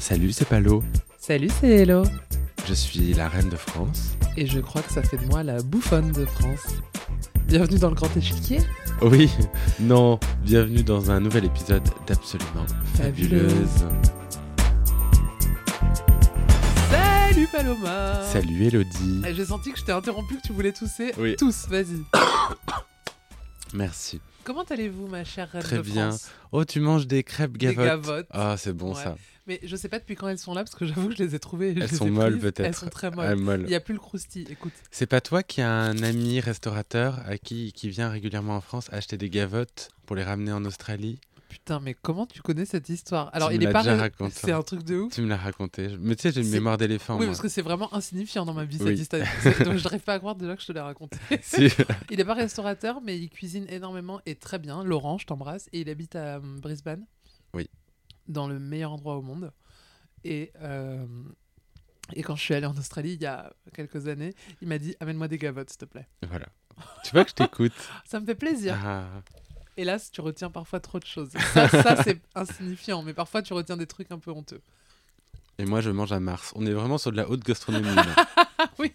Salut, c'est Palo. Salut, c'est Hello. Je suis la reine de France. Et je crois que ça fait de moi la bouffonne de France. Bienvenue dans le grand échiquier. Oh Oui, non, bienvenue dans un nouvel épisode d'Absolument Fabuleuse. Fabuleuse. Salut Paloma. Salut Elodie. Eh, J'ai senti que je t'ai interrompu, que tu voulais tousser. Oui. Tous, vas-y. Merci. Comment allez-vous, ma chère reine Très de bien. France Oh, tu manges des crêpes Des gavottes. gavottes. Ah, c'est bon Ouais. ça. Mais je sais pas depuis quand elles sont là, parce que j'avoue que je les ai trouvées. et je Elles les ai sont molles prises. peut-être. Elles sont très molles. Ah, molles. Il n'y a plus le croustille, écoute. C'est pas toi qui a un ami restaurateur à qui qui vient régulièrement en France acheter des gavottes pour les ramener en Australie Putain, mais comment tu connais cette histoire Alors, Tu me il est l'as pas. déjà raconté. C'est un truc de ouf. Tu me l'as raconté. Je- Mais tu sais, j'ai une C'est- mémoire d'éléphant. moi. Oui, parce que c'est vraiment insignifiant dans ma vie, cette Oui. histoire. C'est- Donc, je n'arrive pas à croire déjà que je te l'ai raconté. Si. Il n'est pas restaurateur, mais il cuisine énormément et très bien. Laurent, je t'embrasse. Et il habite à euh, Brisbane. Oui. Dans le meilleur endroit au monde. Et, euh, et quand je suis allée en Australie il y a quelques années, il m'a dit Amène-moi des gavottes, s'il te plaît. Voilà. Tu vois que je t'écoute. Ça me fait plaisir. Ah. Hélas, tu retiens parfois trop de choses. Ça, ça, c'est insignifiant, mais parfois tu retiens des trucs un peu honteux. Et moi, je mange à Mars. On est vraiment sur de la haute gastronomie. là. Ah oui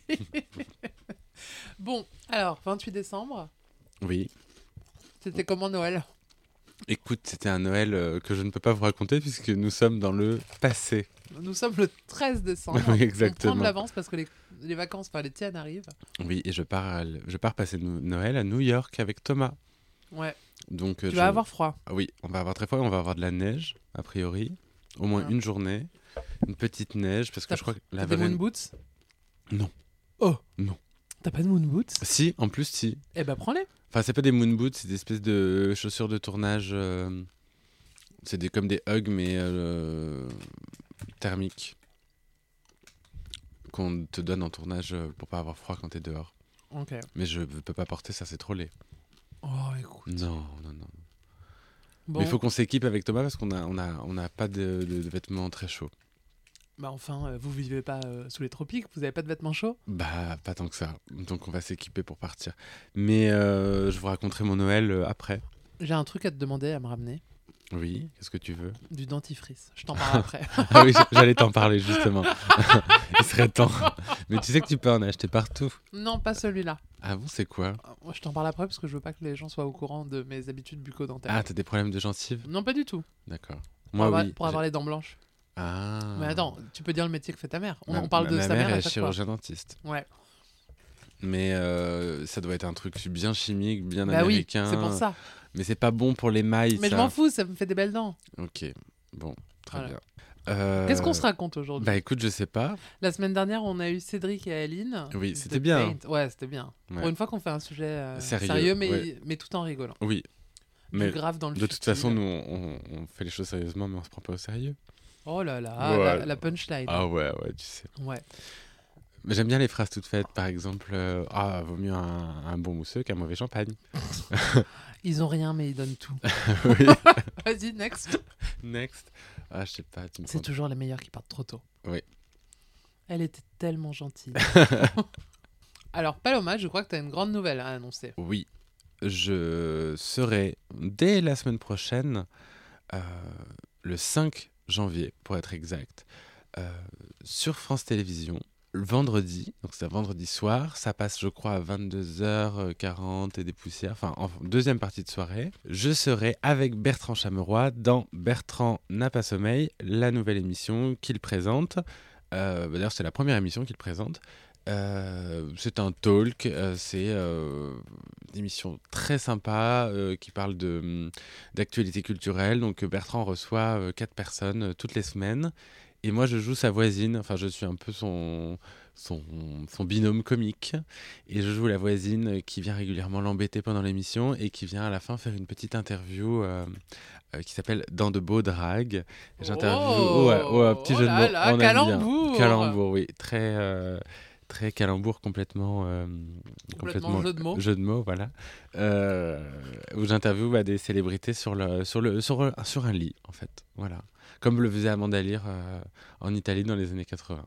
Bon, alors, 28 décembre, oui. c'était Mm. comment Noël Écoute, c'était un Noël euh, que je ne peux pas vous raconter puisque nous sommes dans le passé. Nous sommes le 13 décembre. Oui, On exactement. prend de l'avance parce que les, les vacances, enfin les tiennes arrivent. Oui, et je pars, à l- je pars passer no- Noël à New York avec Thomas. Ouais. Donc, euh, Tu je- vas avoir froid. Ah Oui, on va avoir très froid. et On va avoir de la neige, a priori. Au moins Ah. une journée. Une petite neige parce que T'as- je crois que la T'as des moon Varenne- boots Non. Oh Non. T'as pas de moon boots Si, en plus, si. Eh ben prends-les. Enfin, c'est pas des moon boots, c'est des espèces de chaussures de tournage. euh, C'est des, comme des hugs, mais euh, thermiques. Qu'on te donne en tournage euh, pour pas avoir froid quand t'es dehors. Ok. Mais je peux pas porter ça, c'est trop laid. Oh écoute. Non, non, non. Bon, Mais il faut qu'on s'équipe avec Thomas parce qu'on a, on a, on a pas de, de- de vêtements très chauds. bah enfin, euh, vous vivez pas euh, sous les tropiques, vous avez pas de vêtements chauds Bah, pas tant que ça. Donc on va s'équiper pour partir. Mais euh, je vous raconterai mon Noël euh, après. J'ai un truc à te demander, à me ramener. Oui, qu'est-ce que tu veux Du dentifrice. Je t'en parle après. Ah oui, j'allais t'en parler justement. Il serait temps. Mais tu sais que tu peux en acheter partout. non, pas celui-là. Ah bon, c'est quoi Euh, Je t'en parle après parce que je veux pas que les gens soient au courant de mes habitudes bucco-dentaires. Ah, t'as des problèmes de gencives Non, pas du tout. D'accord. pour, Moi, avoir, oui. Ah pour avoir les dents blanches. j'ai- Ah. Mais attends, tu peux dire le métier que fait ta mère. On, Ma- on parle ma- de ma sa mère, mère à est chaque fois. chirurgien dentiste. Ouais. Mais euh, ça doit être un truc bien chimique, bien Bah oui, américain. c'est pour ça. Mais c'est pas bon pour les mailles. Mais je ça. m'en fous, ça me fait des belles dents. Ok. Bon, très Voilà. bien. Euh, Qu'est-ce qu'on se raconte aujourd'hui Bah écoute, je sais pas. La semaine dernière, on a eu Cédric et Aline. Oui, de c'était bien. Paint. Ouais, c'était bien. Pour Ouais. une fois qu'on fait un sujet euh, Sérieux, sérieux, mais, ouais. mais tout en rigolant. Oui. Du Mais grave dans le de toute futile. façon, nous, on, on- on fait les choses sérieusement, mais on se prend pas au sérieux. Oh là là, Ouais. la, la punchline. Ah ouais, ouais, tu sais. Ouais. Mais J'aime bien les phrases toutes faites. Par exemple, euh, ah, vaut mieux un, un bon mousseux qu'un mauvais champagne. Ils ont rien, mais ils donnent tout. oui. Vas-y, next. Next. Ah, je sais pas. tu me C'est prends- toujours les meilleurs qui partent trop tôt. Oui. Elle était tellement gentille. Alors, Paloma, je crois que tu as une grande nouvelle à annoncer. Oui. Je serai dès la semaine prochaine, euh, le 5 janvier pour être exact, euh, sur France Télévisions. Le vendredi, donc c'est un vendredi soir, ça passe je crois à 22h40 et des poussières, enfin en deuxième partie de soirée, je serai avec Bertrand Chameroy dans Bertrand n'a pas sommeil, la nouvelle émission qu'il présente. Euh, bah, D'ailleurs c'est la première émission qu'il présente. Euh, c'est un talk, euh, c'est euh, une émission très sympa euh, qui parle de, hum, d'actualité culturelle. Donc euh, Bertrand reçoit euh, quatre personnes euh, toutes les semaines. Et moi, je joue sa voisine. Enfin, je suis un peu son, son, son binôme comique. Et je joue la voisine euh, qui vient régulièrement l'embêter pendant l'émission et qui vient à la fin faire une petite interview euh, euh, qui s'appelle Dans de beaux dragues. J'interview. Oh, ouais, ouais, petit oh jeu de là mots. là, on aime bien. calembour. Calembour, oui. Très, euh, très calembour, complètement. euh, Complètement jeu de mots. Jeu de mots, voilà. Euh, où j'interviewe bah, des célébrités sur, le, sur, le, sur, sur un lit, en fait. Voilà. Comme le faisait Amanda Lear euh, en Italie dans les années 80.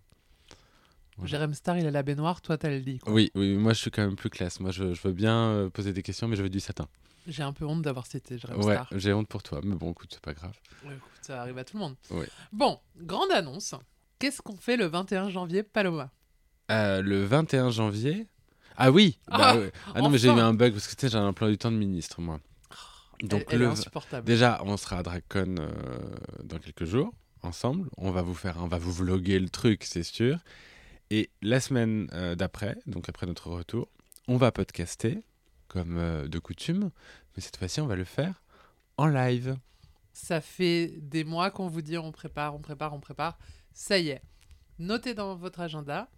Voilà. Jérém Star, il a la baignoire, toi, t'as le lit. quoi. Oui, oui, moi je suis quand même plus classe. Moi je, je veux bien euh, poser des questions, mais je veux du satin. J'ai un peu honte d'avoir cité Jérém Ouais, Star. j'ai honte pour toi, mais bon, écoute, c'est pas grave. Ouais, écoute, ça arrive à tout le monde. Ouais. Bon, grande annonce. Qu'est-ce qu'on fait le 21 janvier, Paloma Euh, le 21 janvier. Ah oui bah Ah, ouais. Ah non, mais j'ai eu enfin Oh, un bug parce que tu sais, j'ai un plan du temps de ministre, moi. Donc elle, elle le... est insupportable. déjà, on sera à DragCon euh, dans quelques jours, ensemble. On va vous faire, on va vous vloguer le truc, c'est sûr. Et la semaine euh, d'après, donc après notre retour, on va podcaster, comme euh, de coutume. Mais cette fois-ci, on va le faire en live. Ça fait des mois qu'on vous dit on prépare, on prépare, on prépare. Ça y est. Notez dans votre agenda,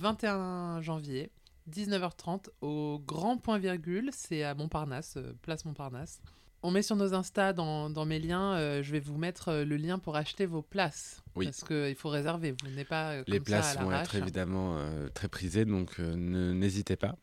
21 janvier, 19h30, au grand point virgule, c'est à Montparnasse, euh, place Montparnasse. On met sur nos Insta, dans, dans mes liens, euh, je vais vous mettre euh, le lien pour acheter vos places. Oui. Parce qu'il faut réserver, vous n'êtes pas euh, comme Les places ça à vont l'arrache. être évidemment euh, très prisées, donc euh, ne- n'hésitez pas.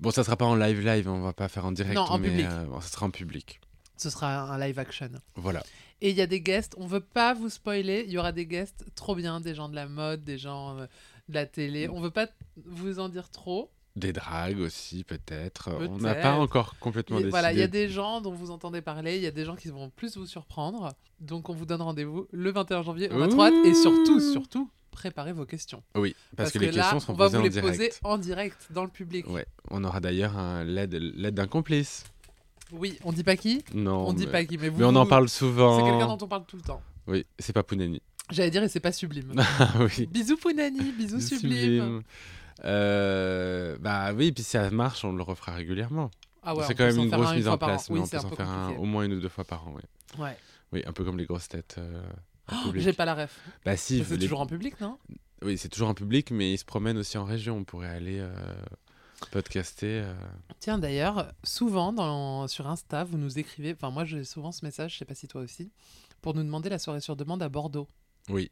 Bon, ça sera pas en live live, hein, on va pas faire en direct, Non, en mais public. euh, bon, ça sera en public. Ce sera un live action. Voilà. Et il y a des guests, on veut pas vous spoiler, il y aura des guests trop bien, des gens de la mode, des gens euh, de la télé. Mm. On veut pas t- vous en dire trop. Des dragues aussi, peut-être. on n'a pas Peut-être. encore complètement Il y- décidé. voilà, il y a des gens dont vous entendez parler, il y a des gens qui vont plus vous surprendre. Donc on vous donne rendez-vous le 21 janvier, on a trop hâte. Et surtout, Ouh. surtout, préparez vos questions. Oui, parce, que, les là, questions seront on va posées vous en les direct. poser en direct dans le public. Ouais. On aura d'ailleurs un- l'aide l'aide d'un complice. Oui, on dit pas qui Non. On dit mais... pas qui, mais vous. mais on en vous- parle C'est souvent. quelqu'un dont on parle tout le temps. Oui, c'est pas Pounani. J'allais dire, et c'est pas sublime. Ah oui. bisous Pounani, bisous sublime. Euh, Bah oui, puis si ça marche, on le refera régulièrement. Ah ouais, c'est quand on peut même s'en une faire grosse un mise fois en par an. place, mais Oui, on c'est peut un s'en peu faire un- compliqué. au moins une ou deux fois par an. Oui, Ouais. oui un peu comme les grosses têtes. euh, en public. Ah, J'ai pas la ref. Bah si, Ça, je C'est l'ai- toujours en public, non Oui, c'est toujours en public, mais ils se promènent aussi en région. On pourrait aller euh, podcaster. euh. Tiens, d'ailleurs, souvent dans, sur Insta, vous nous écrivez. Enfin, moi, j'ai souvent ce message, je sais pas si toi aussi, pour nous demander la soirée sur demande à Bordeaux. Oui,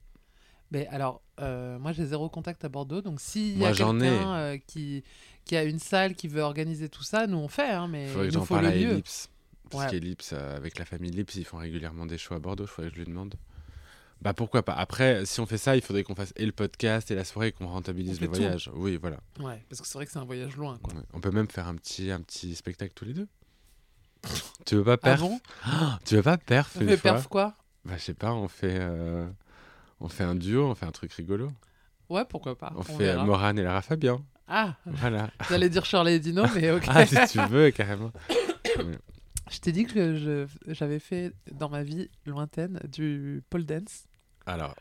Mais alors, euh, moi, j'ai zéro contact à Bordeaux, donc s'il y Moi, a j'en ai. quelqu'un euh, qui, qui a une salle, qui veut organiser tout ça, nous on fait, hein, mais il faudrait il que nous j'en faut parle le à lieu. Ellipse. Parce Ouais. qu'Ellipse, euh, avec la famille Ellipse, ils font régulièrement des shows à Bordeaux. Il faudrait que je lui demande. Bah pourquoi pas. Après, si on fait ça, il faudrait qu'on fasse et le podcast et la soirée et qu'on rentabilise On le fait tout. voyage. Oui, voilà. Ouais, parce que c'est vrai que c'est un voyage loin. Quoi. Ouais. On peut même faire un petit, un petit spectacle tous les deux. tu veux pas Ah perf bon Tu veux pas perf une Mais fois perf quoi Bah je sais pas, on fait, euh, on fait un duo, on fait un truc rigolo. Ouais, pourquoi pas on, fait Ah, verra. Morane et Lara Fabian. Ah, Voilà. j'allais dire Charlie et Dino, mais ok. Ah, si tu veux, carrément. Je t'ai dit que je- j'avais fait dans ma vie lointaine du pole dance. Alors,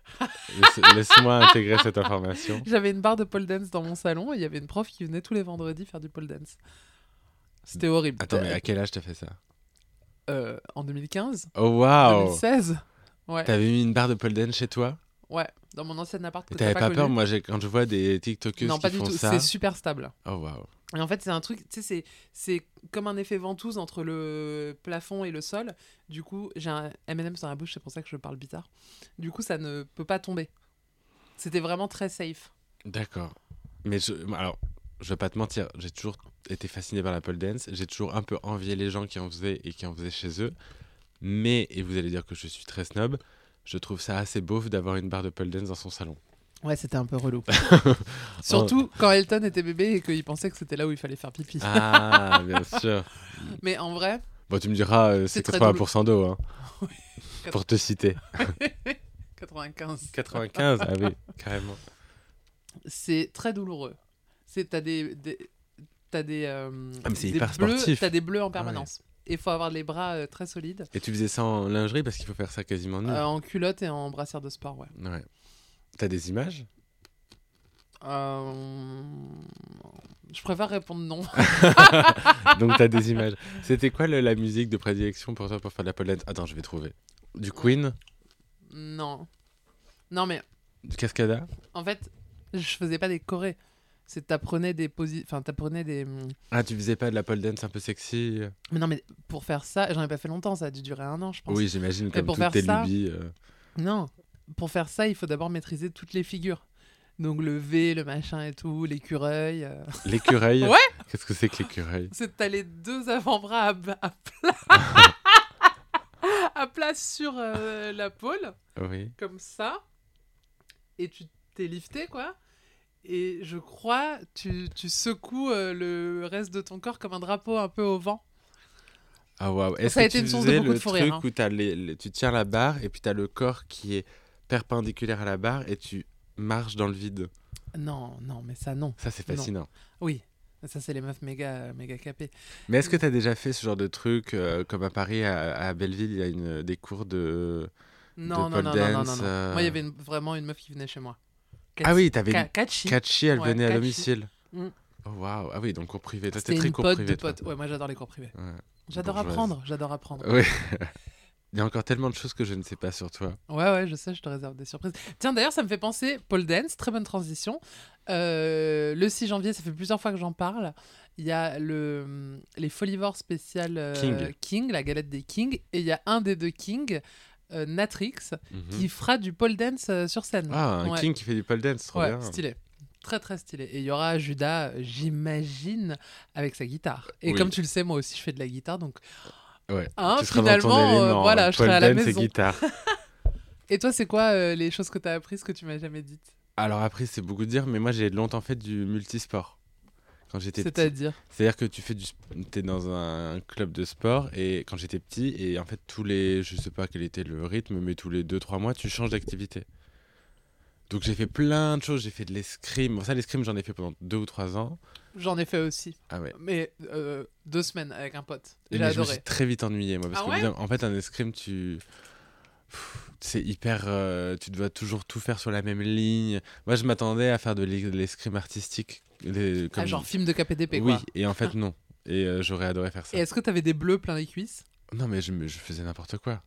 laisse- laisse-moi intégrer cette information. J'avais une barre de pole dance dans mon salon et il y avait une prof qui venait tous les vendredis faire du pole dance. C'était horrible. Attends, mais à quel âge t'as fait ça Euh, en 2015, Oh waouh 2016. Ouais, T'avais mis une barre de pole dance chez toi ouais, dans mon ancien appart. que Et t'as t'avais pas, connu. peur Moi, j'ai- quand je vois des TikTokers Non, qui pas du font tout. ça. C'est super stable. Oh waouh Et en fait, c'est un truc, tu sais, c'est- c'est comme un effet ventouse entre le plafond et le sol. Du coup, j'ai un MM sur la bouche, c'est pour ça que je parle bizarre. Du coup, ça ne peut pas tomber. C'était vraiment très safe. D'accord. Mais je, alors, je vais pas te mentir, j'ai toujours été fasciné par la pole dance. J'ai toujours un peu envié les gens qui en faisaient et qui en faisaient chez eux. Mais, et vous allez dire que je suis très snob, je trouve ça assez beauf d'avoir une barre de pole dance dans son salon. Ouais, c'était un peu relou. Surtout quand Elton était bébé et qu'il pensait que c'était là où il fallait faire pipi. Ah, bien sûr. Mais en vrai, Bon, tu me diras, euh, C'est c'est très 80% d'eau, hein. Oui. Pour te citer. 95, 95, ah oui, carrément. c'est très douloureux. C'est t'as des, des t'as des euh, Ah, mais c'est des hyper bleus, sportif. Ah t'as des bleus en permanence. Et faut avoir les bras euh, très solides, Et tu faisais ça en lingerie parce qu'il faut faire ça quasiment nu. euh, en culotte et en brassière de sport, ouais. Ouais. T'as des images Euh, Je préfère répondre non. Donc t'as des images. C'était quoi le- la musique de prédilection pour toi pour faire de la pole dance Attends, je vais trouver. Du Queen non, non mais Du Cascada en fait, je faisais pas des chorés. C'est t'apprenais des posi, enfin t'apprenais des. hum, Ah, tu faisais pas de la pole dance un peu sexy Mais non mais pour faire ça, j'en ai pas fait longtemps, ça a dû durer un an, je pense. Oui, j'imagine, comme pour toutes faire tes ça- lubies. euh. Non, pour faire ça, il faut d'abord maîtriser toutes les figures. Donc le V, le machin et tout, l'écureuil. euh. L'écureuil Ouais. Qu'est-ce que c'est que l'écureuil C'est t'as les deux avant-bras à, pla- à pla- à plat sur euh, la pôle, Ah Oui. comme ça. Et tu t'es lifté, quoi. Et je crois, tu, tu secoues euh, le reste de ton corps comme un drapeau un peu au vent. Ah waouh. Est-ce ça que a été tu une source de faisais beaucoup le de fou truc rire, hein. où t'as les- les- tu tiens la barre et puis tu as le corps qui est perpendiculaire à la barre et tu marches dans le vide Non, non, mais ça, non. Ça, c'est Non. fascinant. Oui, ça, c'est les meufs méga, méga capées. Mais est-ce que tu as déjà fait ce genre de truc euh, Comme à Paris, à, à Belleville, il y a une, des cours de. Non, non, pole non, non, non, non, dance, non. euh. Moi, il y avait une- vraiment une meuf qui venait chez moi. Ah oui, t'avais Ka- une Kachi. Catchy, elle Ouais, venait à Catchy. domicile. Mm. Oh, Waouh, ah oui, donc cours privé. Toi, t'es C'était très une cours pote privé. de toi. pote. Ouais, moi, j'adore les cours privés. Ouais. J'adore Bourgeoise. apprendre, j'adore apprendre. Ouais. Il y a encore tellement de choses que je ne sais pas sur toi. Ouais, ouais, je sais, je te réserve des surprises. Tiens, d'ailleurs, ça me fait penser, Paul Dance, très bonne transition. Euh, le 6 janvier, ça fait plusieurs fois que j'en parle. Il y a le, les Folivores spéciales euh, King. la galette des Kings, et il y a un des deux Kings, euh, Natrix, Mhm. qui fera du pole dance euh, sur scène. Ah, un Ouais. king qui fait du pole dance, trop ouais, bien. stylé. Très très stylé. Et il y aura Judas, euh, j'imagine, avec sa guitare. Et Oui. comme tu le sais, moi aussi je fais de la guitare, donc Ouais. Hein, tu seras dans finalement, ton euh, élément, voilà, je pole serai à la dance et maison. guitare. Et toi, c'est quoi euh, les choses que tu as apprises que tu m'as jamais dites Alors après, c'est beaucoup de dire, mais moi, j'ai longtemps fait du multisport. Quand j'étais petit. C'est-à-dire C'est-à-dire que tu fais du, sp- t'es dans un club de sport et quand j'étais petit et en fait tous les, je sais pas quel était le rythme, mais tous les 2-3 mois tu changes d'activité. Donc j'ai fait plein de choses, j'ai fait de l'escrime. Bon, ça l'escrime j'en ai fait pendant 2 ou 3 ans. J'en ai fait aussi, Ah ouais. mais euh, deux semaines avec un pote. Et J'ai mais je me suis adoré. très vite ennuyé moi parce Ah que ouais bien- en fait un escrime tu, Pff, c'est hyper, euh, tu dois toujours tout faire sur la même ligne. Moi je m'attendais à faire de l'es- l'escrime artistique, les- Ah, comme- genre film de KPDP, oui quoi. et en fait non. Et euh, j'aurais adoré faire ça. Et est-ce que tu avais des bleus plein les cuisses Non, mais je, me- je faisais n'importe quoi.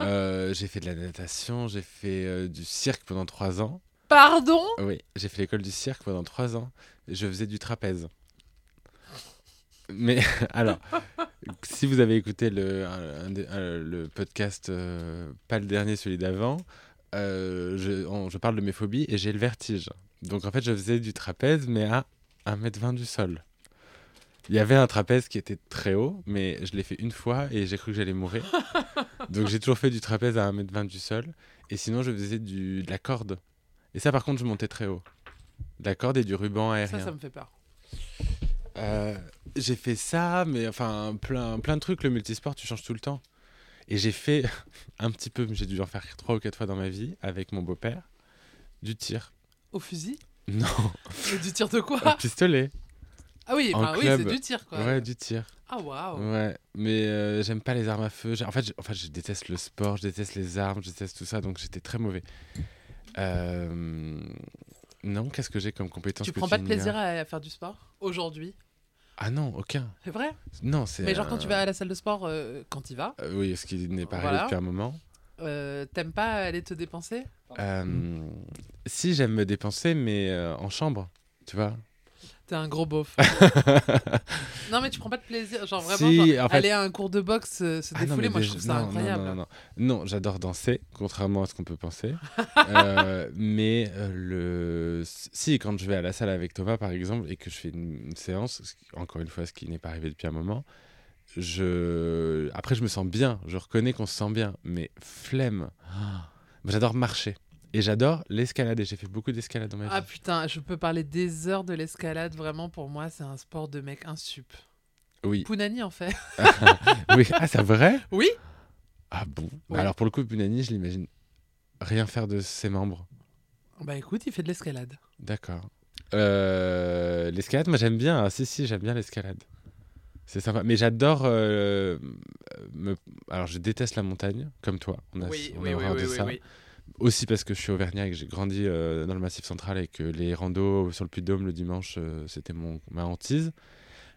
Euh, j'ai fait de la natation, j'ai fait euh, du cirque pendant trois ans. Pardon Oui, j'ai fait l'école du cirque pendant trois ans. Et je faisais du trapèze. Mais alors, si vous avez écouté le, un- un des- un- le podcast, euh, pas le dernier, celui d'avant, euh, je, on- je parle de mes phobies et j'ai le vertige. Donc en fait, je faisais du trapèze, mais à 1m20 du sol. Il y avait un trapèze qui était très haut, mais je l'ai fait une fois et j'ai cru que j'allais mourir. Donc j'ai toujours fait du trapèze à 1m20 du sol. Et sinon, je faisais du, de la corde. Et ça, par contre, je montais très haut. De la corde et du ruban aérien. Ça, ça me fait peur. Euh, j'ai fait ça, mais enfin, plein, plein de trucs. Le multisport, tu changes tout le temps. Et j'ai fait un petit peu, mais j'ai dû en faire trois ou quatre fois dans ma vie avec mon beau-père, du tir. Au fusil Non, Mais Du tir de un quoi pistolet. Ah oui, En enfin, oui club. c'est du tir, quoi. Ouais, du tir. Ah waouh Ouais, mais euh, j'aime pas les armes à feu. J'ai- En fait, je- en fait, je déteste le sport, je déteste les armes, je déteste tout ça, donc j'étais très mauvais. Euh, Non, qu'est-ce que j'ai comme compétence Tu que prends pas de ignores plaisir à, à faire du sport aujourd'hui Ah non, aucun. C'est vrai Non, c'est. Mais genre quand un- tu vas à la salle de sport, euh, quand tu vas, Euh, oui, ce qui n'est pas Voilà. arrivé depuis un moment. euh, t'aimes pas aller te dépenser Euh, si j'aime me dépenser, mais euh, en chambre, tu vois. T'es un gros beauf. non mais tu prends pas de plaisir, genre vraiment. Si, genre, en fait- Aller à un cours de boxe, euh, se Ah non, défouler, mais moi je déjà- trouve ça non, non, incroyable. Non, non, non. Non, j'adore danser, contrairement à ce qu'on peut penser. Euh, mais euh, le... si, quand je vais à la salle avec Thomas, par exemple, et que je fais une, une séance, ce qui- encore une fois, ce qui n'est pas arrivé depuis un moment, je... après, je me sens bien, je reconnais qu'on se sent bien, mais flemme. Ah. J'adore marcher. Et j'adore l'escalade, et j'ai fait beaucoup d'escalade dans ma vie. Ah putain, je peux parler des heures de l'escalade, vraiment pour moi c'est un sport de mec insup. oui. Pounani en fait. oui. Ah, c'est vrai Oui Ah bon Bah Ouais. Alors, pour le coup, Bunani, je l'imagine rien faire de ses membres. Bah écoute, il fait de l'escalade. D'accord. Euh, l'escalade, moi j'aime bien. Ah, si, si, j'aime bien l'escalade. C'est sympa. Mais j'adore. euh, me- Alors, je déteste la montagne, comme toi. On a, on a horreur de ça. Aussi parce que je suis auvergnat et que j'ai grandi euh, dans le massif central et que les randos sur le Puy-de-Dôme le dimanche, euh, c'était mon... ma hantise.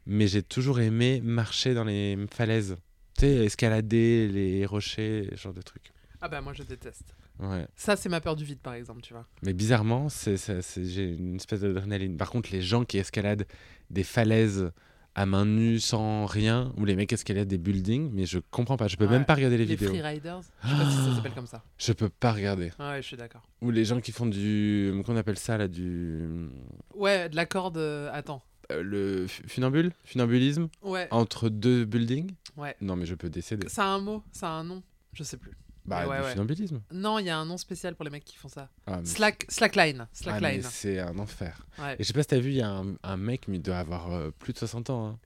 Mais j'ai toujours aimé marcher dans les falaises. Tu sais, escalader les rochers, ce genre de trucs. Ah bah moi je déteste. Ouais. Ça c'est ma peur du vide par exemple, tu vois. Mais bizarrement, c'est, ça- c'est- j'ai une espèce d'adrénaline. Par contre, les gens qui escaladent des falaises à main nue, sans rien, ou les mecs escaladent des buildings, mais je comprends pas. Je peux Ouais. même pas regarder les, Les vidéos. freeriders, je sais pas si ça s'appelle comme ça. Je peux pas regarder. Ah ouais, je suis d'accord. Ou les gens qui font du. Qu'on appelle ça, là, du. Ouais, de la corde, euh, attends. euh, le fu- funambule Funambulisme Ouais, Entre deux buildings Euh. ouais. Non, mais je peux décéder. Ça a un mot, ça a un nom, je sais plus. Bah, Ouais, du ouais. funambulisme. Non, il y a un nom spécial pour les mecs qui font ça. Ah, mais- Slack, slackline, ah, mais slackline. c'est un enfer. Ouais. Et je sais pas si t'as vu, il y a un, un mec, mais il doit avoir euh, plus de 60 ans. hein.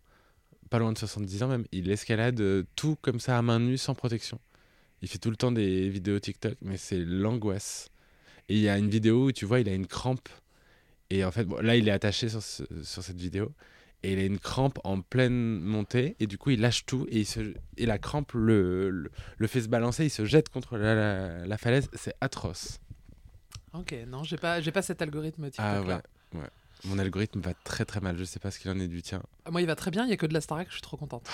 pas loin de 70 ans même, il escalade euh, tout comme ça à main nue sans protection. Il fait tout le temps des vidéos TikTok, mais c'est l'angoisse. Et il y a une vidéo où tu vois, il a une crampe. Et en fait, bon, là, il est attaché sur, ce- sur cette vidéo. Et il a une crampe en pleine montée. Et du coup, il lâche tout. Et, il se, et la crampe le, le, le fait se balancer. Il se jette contre la, la- la falaise. C'est atroce. Ok, non, j'ai pas, j'ai pas cet algorithme TikTok Ah là. ouais, ouais. Mon algorithme va très très mal. Je sais pas ce qu'il en est du tien. Ah, Moi, il va très bien, il y a que de la Starac, je suis trop contente.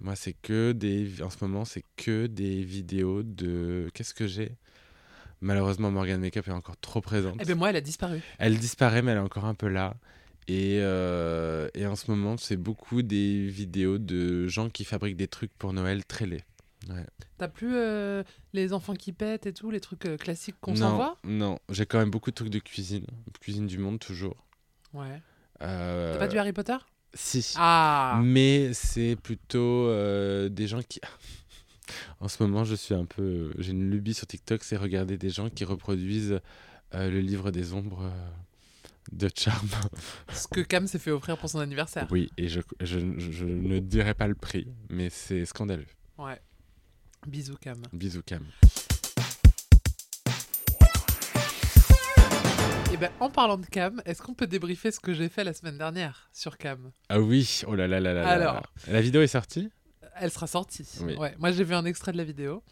Moi, c'est que des. En ce moment, c'est que des vidéos de. Qu'est-ce que j'ai Malheureusement, Morgan Makeup est encore trop présente. Eh ben moi, elle a disparu. Elle disparaît, mais elle est encore un peu là. Et, euh, et en ce moment, c'est beaucoup des vidéos de gens qui fabriquent des trucs pour Noël très laids. T'as plus euh, les enfants qui pètent et tout, les trucs euh, classiques qu'on s'envoie Non, j'ai quand même beaucoup de trucs de cuisine. Cuisine du monde, toujours. Ouais. Euh, T'as pas du Harry Potter Si. Ah Mais c'est plutôt euh, des gens qui. en ce moment, je suis un peu. J'ai une lubie sur TikTok, c'est regarder des gens qui reproduisent euh, le livre des ombres euh, de Charm. Mm. Ce que Cam s'est fait offrir pour son anniversaire. oui, et je, je, je ne dirai pas le prix, mais c'est scandaleux. Ouais. Bisous, Cam. Bisous, Cam. Et ben, en parlant de Cam, est-ce qu'on peut débriefer ce que j'ai fait la semaine dernière sur Cam Ah oui, oh là là là là. là Alors. là. La vidéo est sortie Elle sera sortie. Oui. Ouais. Moi, j'ai vu un extrait de la vidéo.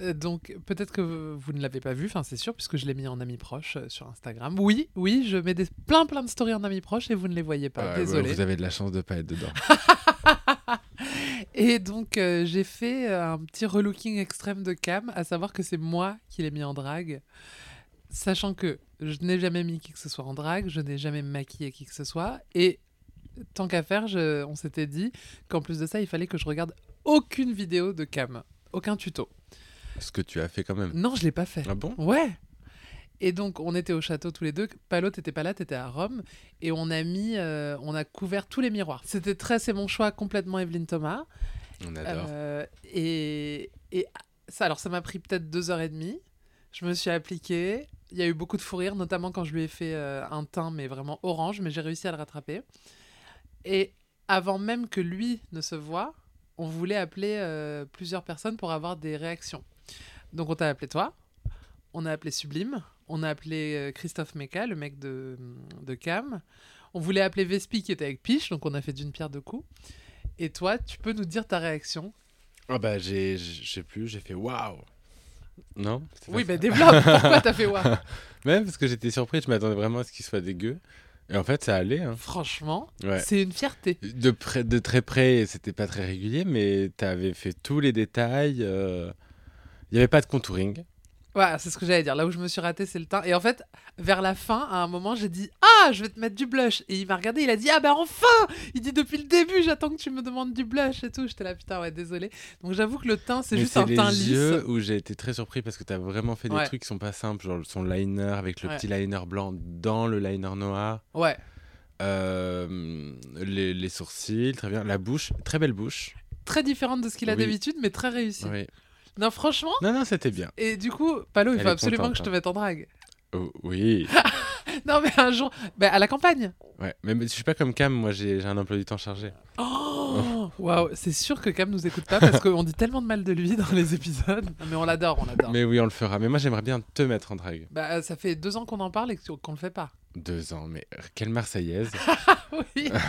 Euh, donc, peut-être que vous vous ne l'avez pas vu, enfin, c'est sûr, puisque je l'ai mis en ami proche euh, sur Instagram. Oui, oui, je mets des, plein, plein de stories en ami proche et vous ne les voyez pas. Euh, Désolée. Vous avez de la chance de pas être dedans. Et donc, euh, j'ai fait euh, un petit relooking extrême de Cam, à savoir que c'est moi qui l'ai mis en drague. Sachant que je n'ai jamais mis qui que ce soit en drague, je n'ai jamais maquillé qui que ce soit. Et tant qu'à faire, je- on s'était dit qu'en plus de ça, il fallait que je regarde aucune vidéo de Cam, aucun tuto. Ce que tu as fait quand même. Non, je l'ai pas fait. Ah bon Ouais. Et donc, on était au château tous les deux. Palo, t'étais pas là, t'étais à Rome. Et on a mis, euh, on a couvert tous les miroirs. C'était très, c'est mon choix complètement Evelyne Thomas. On adore. Euh, et, et ça, alors ça m'a pris peut-être deux heures et demie. Je me suis appliquée. Il y a eu beaucoup de fou rire, notamment quand je lui ai fait euh, un teint, mais vraiment orange, mais j'ai réussi à le rattraper. Et avant même que lui ne se voie, on voulait appeler euh, plusieurs personnes pour avoir des réactions. Donc on t'a appelé toi, on a appelé Sublime, on a appelé euh, Christophe Meca, le mec de, de Cam. On voulait appeler Vespi qui était avec Piche, donc on a fait d'une pierre deux coups. Et toi, tu peux nous dire ta réaction Ah bah, j'ai, je sais plus, j'ai fait waouh. Non c'est pas Oui, ça bah développe. Pourquoi t'as fait waouh Ouais, parce que j'étais surpris, je m'attendais vraiment à ce qu'il soit dégueu. Et en fait, ça allait. hein. Franchement, Ouais. c'est une fierté. De, près, de très près, c'était pas très régulier, mais t'avais fait tous les détails. euh, Il y avait pas de contouring. Voilà, c'est ce que j'allais dire. Là où je me suis ratée, c'est le teint. Et en fait, vers la fin, à un moment, j'ai dit Ah, je vais te mettre du blush. Et il m'a regardé, il a dit Ah, bah enfin Il dit Depuis le début, j'attends que tu me demandes du blush et tout. J'étais là, putain, ouais, désolé. Donc j'avoue que le teint, c'est Mais juste un les teint lisse. yeux où j'ai été très surpris parce que t'as vraiment fait des Ouais. trucs qui sont pas simples, genre son liner avec le Ouais. petit liner blanc dans le liner noir. Ouais. Euh, les, les sourcils, très bien. La bouche, très belle bouche. Très différente de ce qu'il a Oui. d'habitude, mais très réussi. Oui. Non, franchement. Non, non, c'était bien. Et du coup, Palo, il Elle faut est absolument contente, que je te hein. mette en drague. Oh, oui. Ah Non, mais un jour, bah, à la campagne. ouais. Mais, mais je suis pas comme Cam, moi j'ai j'ai un emploi du temps chargé. Oh Waouh, c'est sûr que Cam nous écoute pas parce qu'on dit tellement de mal de lui dans les épisodes. Non, Mais on l'adore, on l'adore. Mais oui, on le fera. Mais moi, j'aimerais bien te mettre en drague. Bah, ça fait deux ans qu'on en parle et que- qu'on le fait pas. Deux ans, mais quelle Marseillaise. Ah, Oui, tu Ah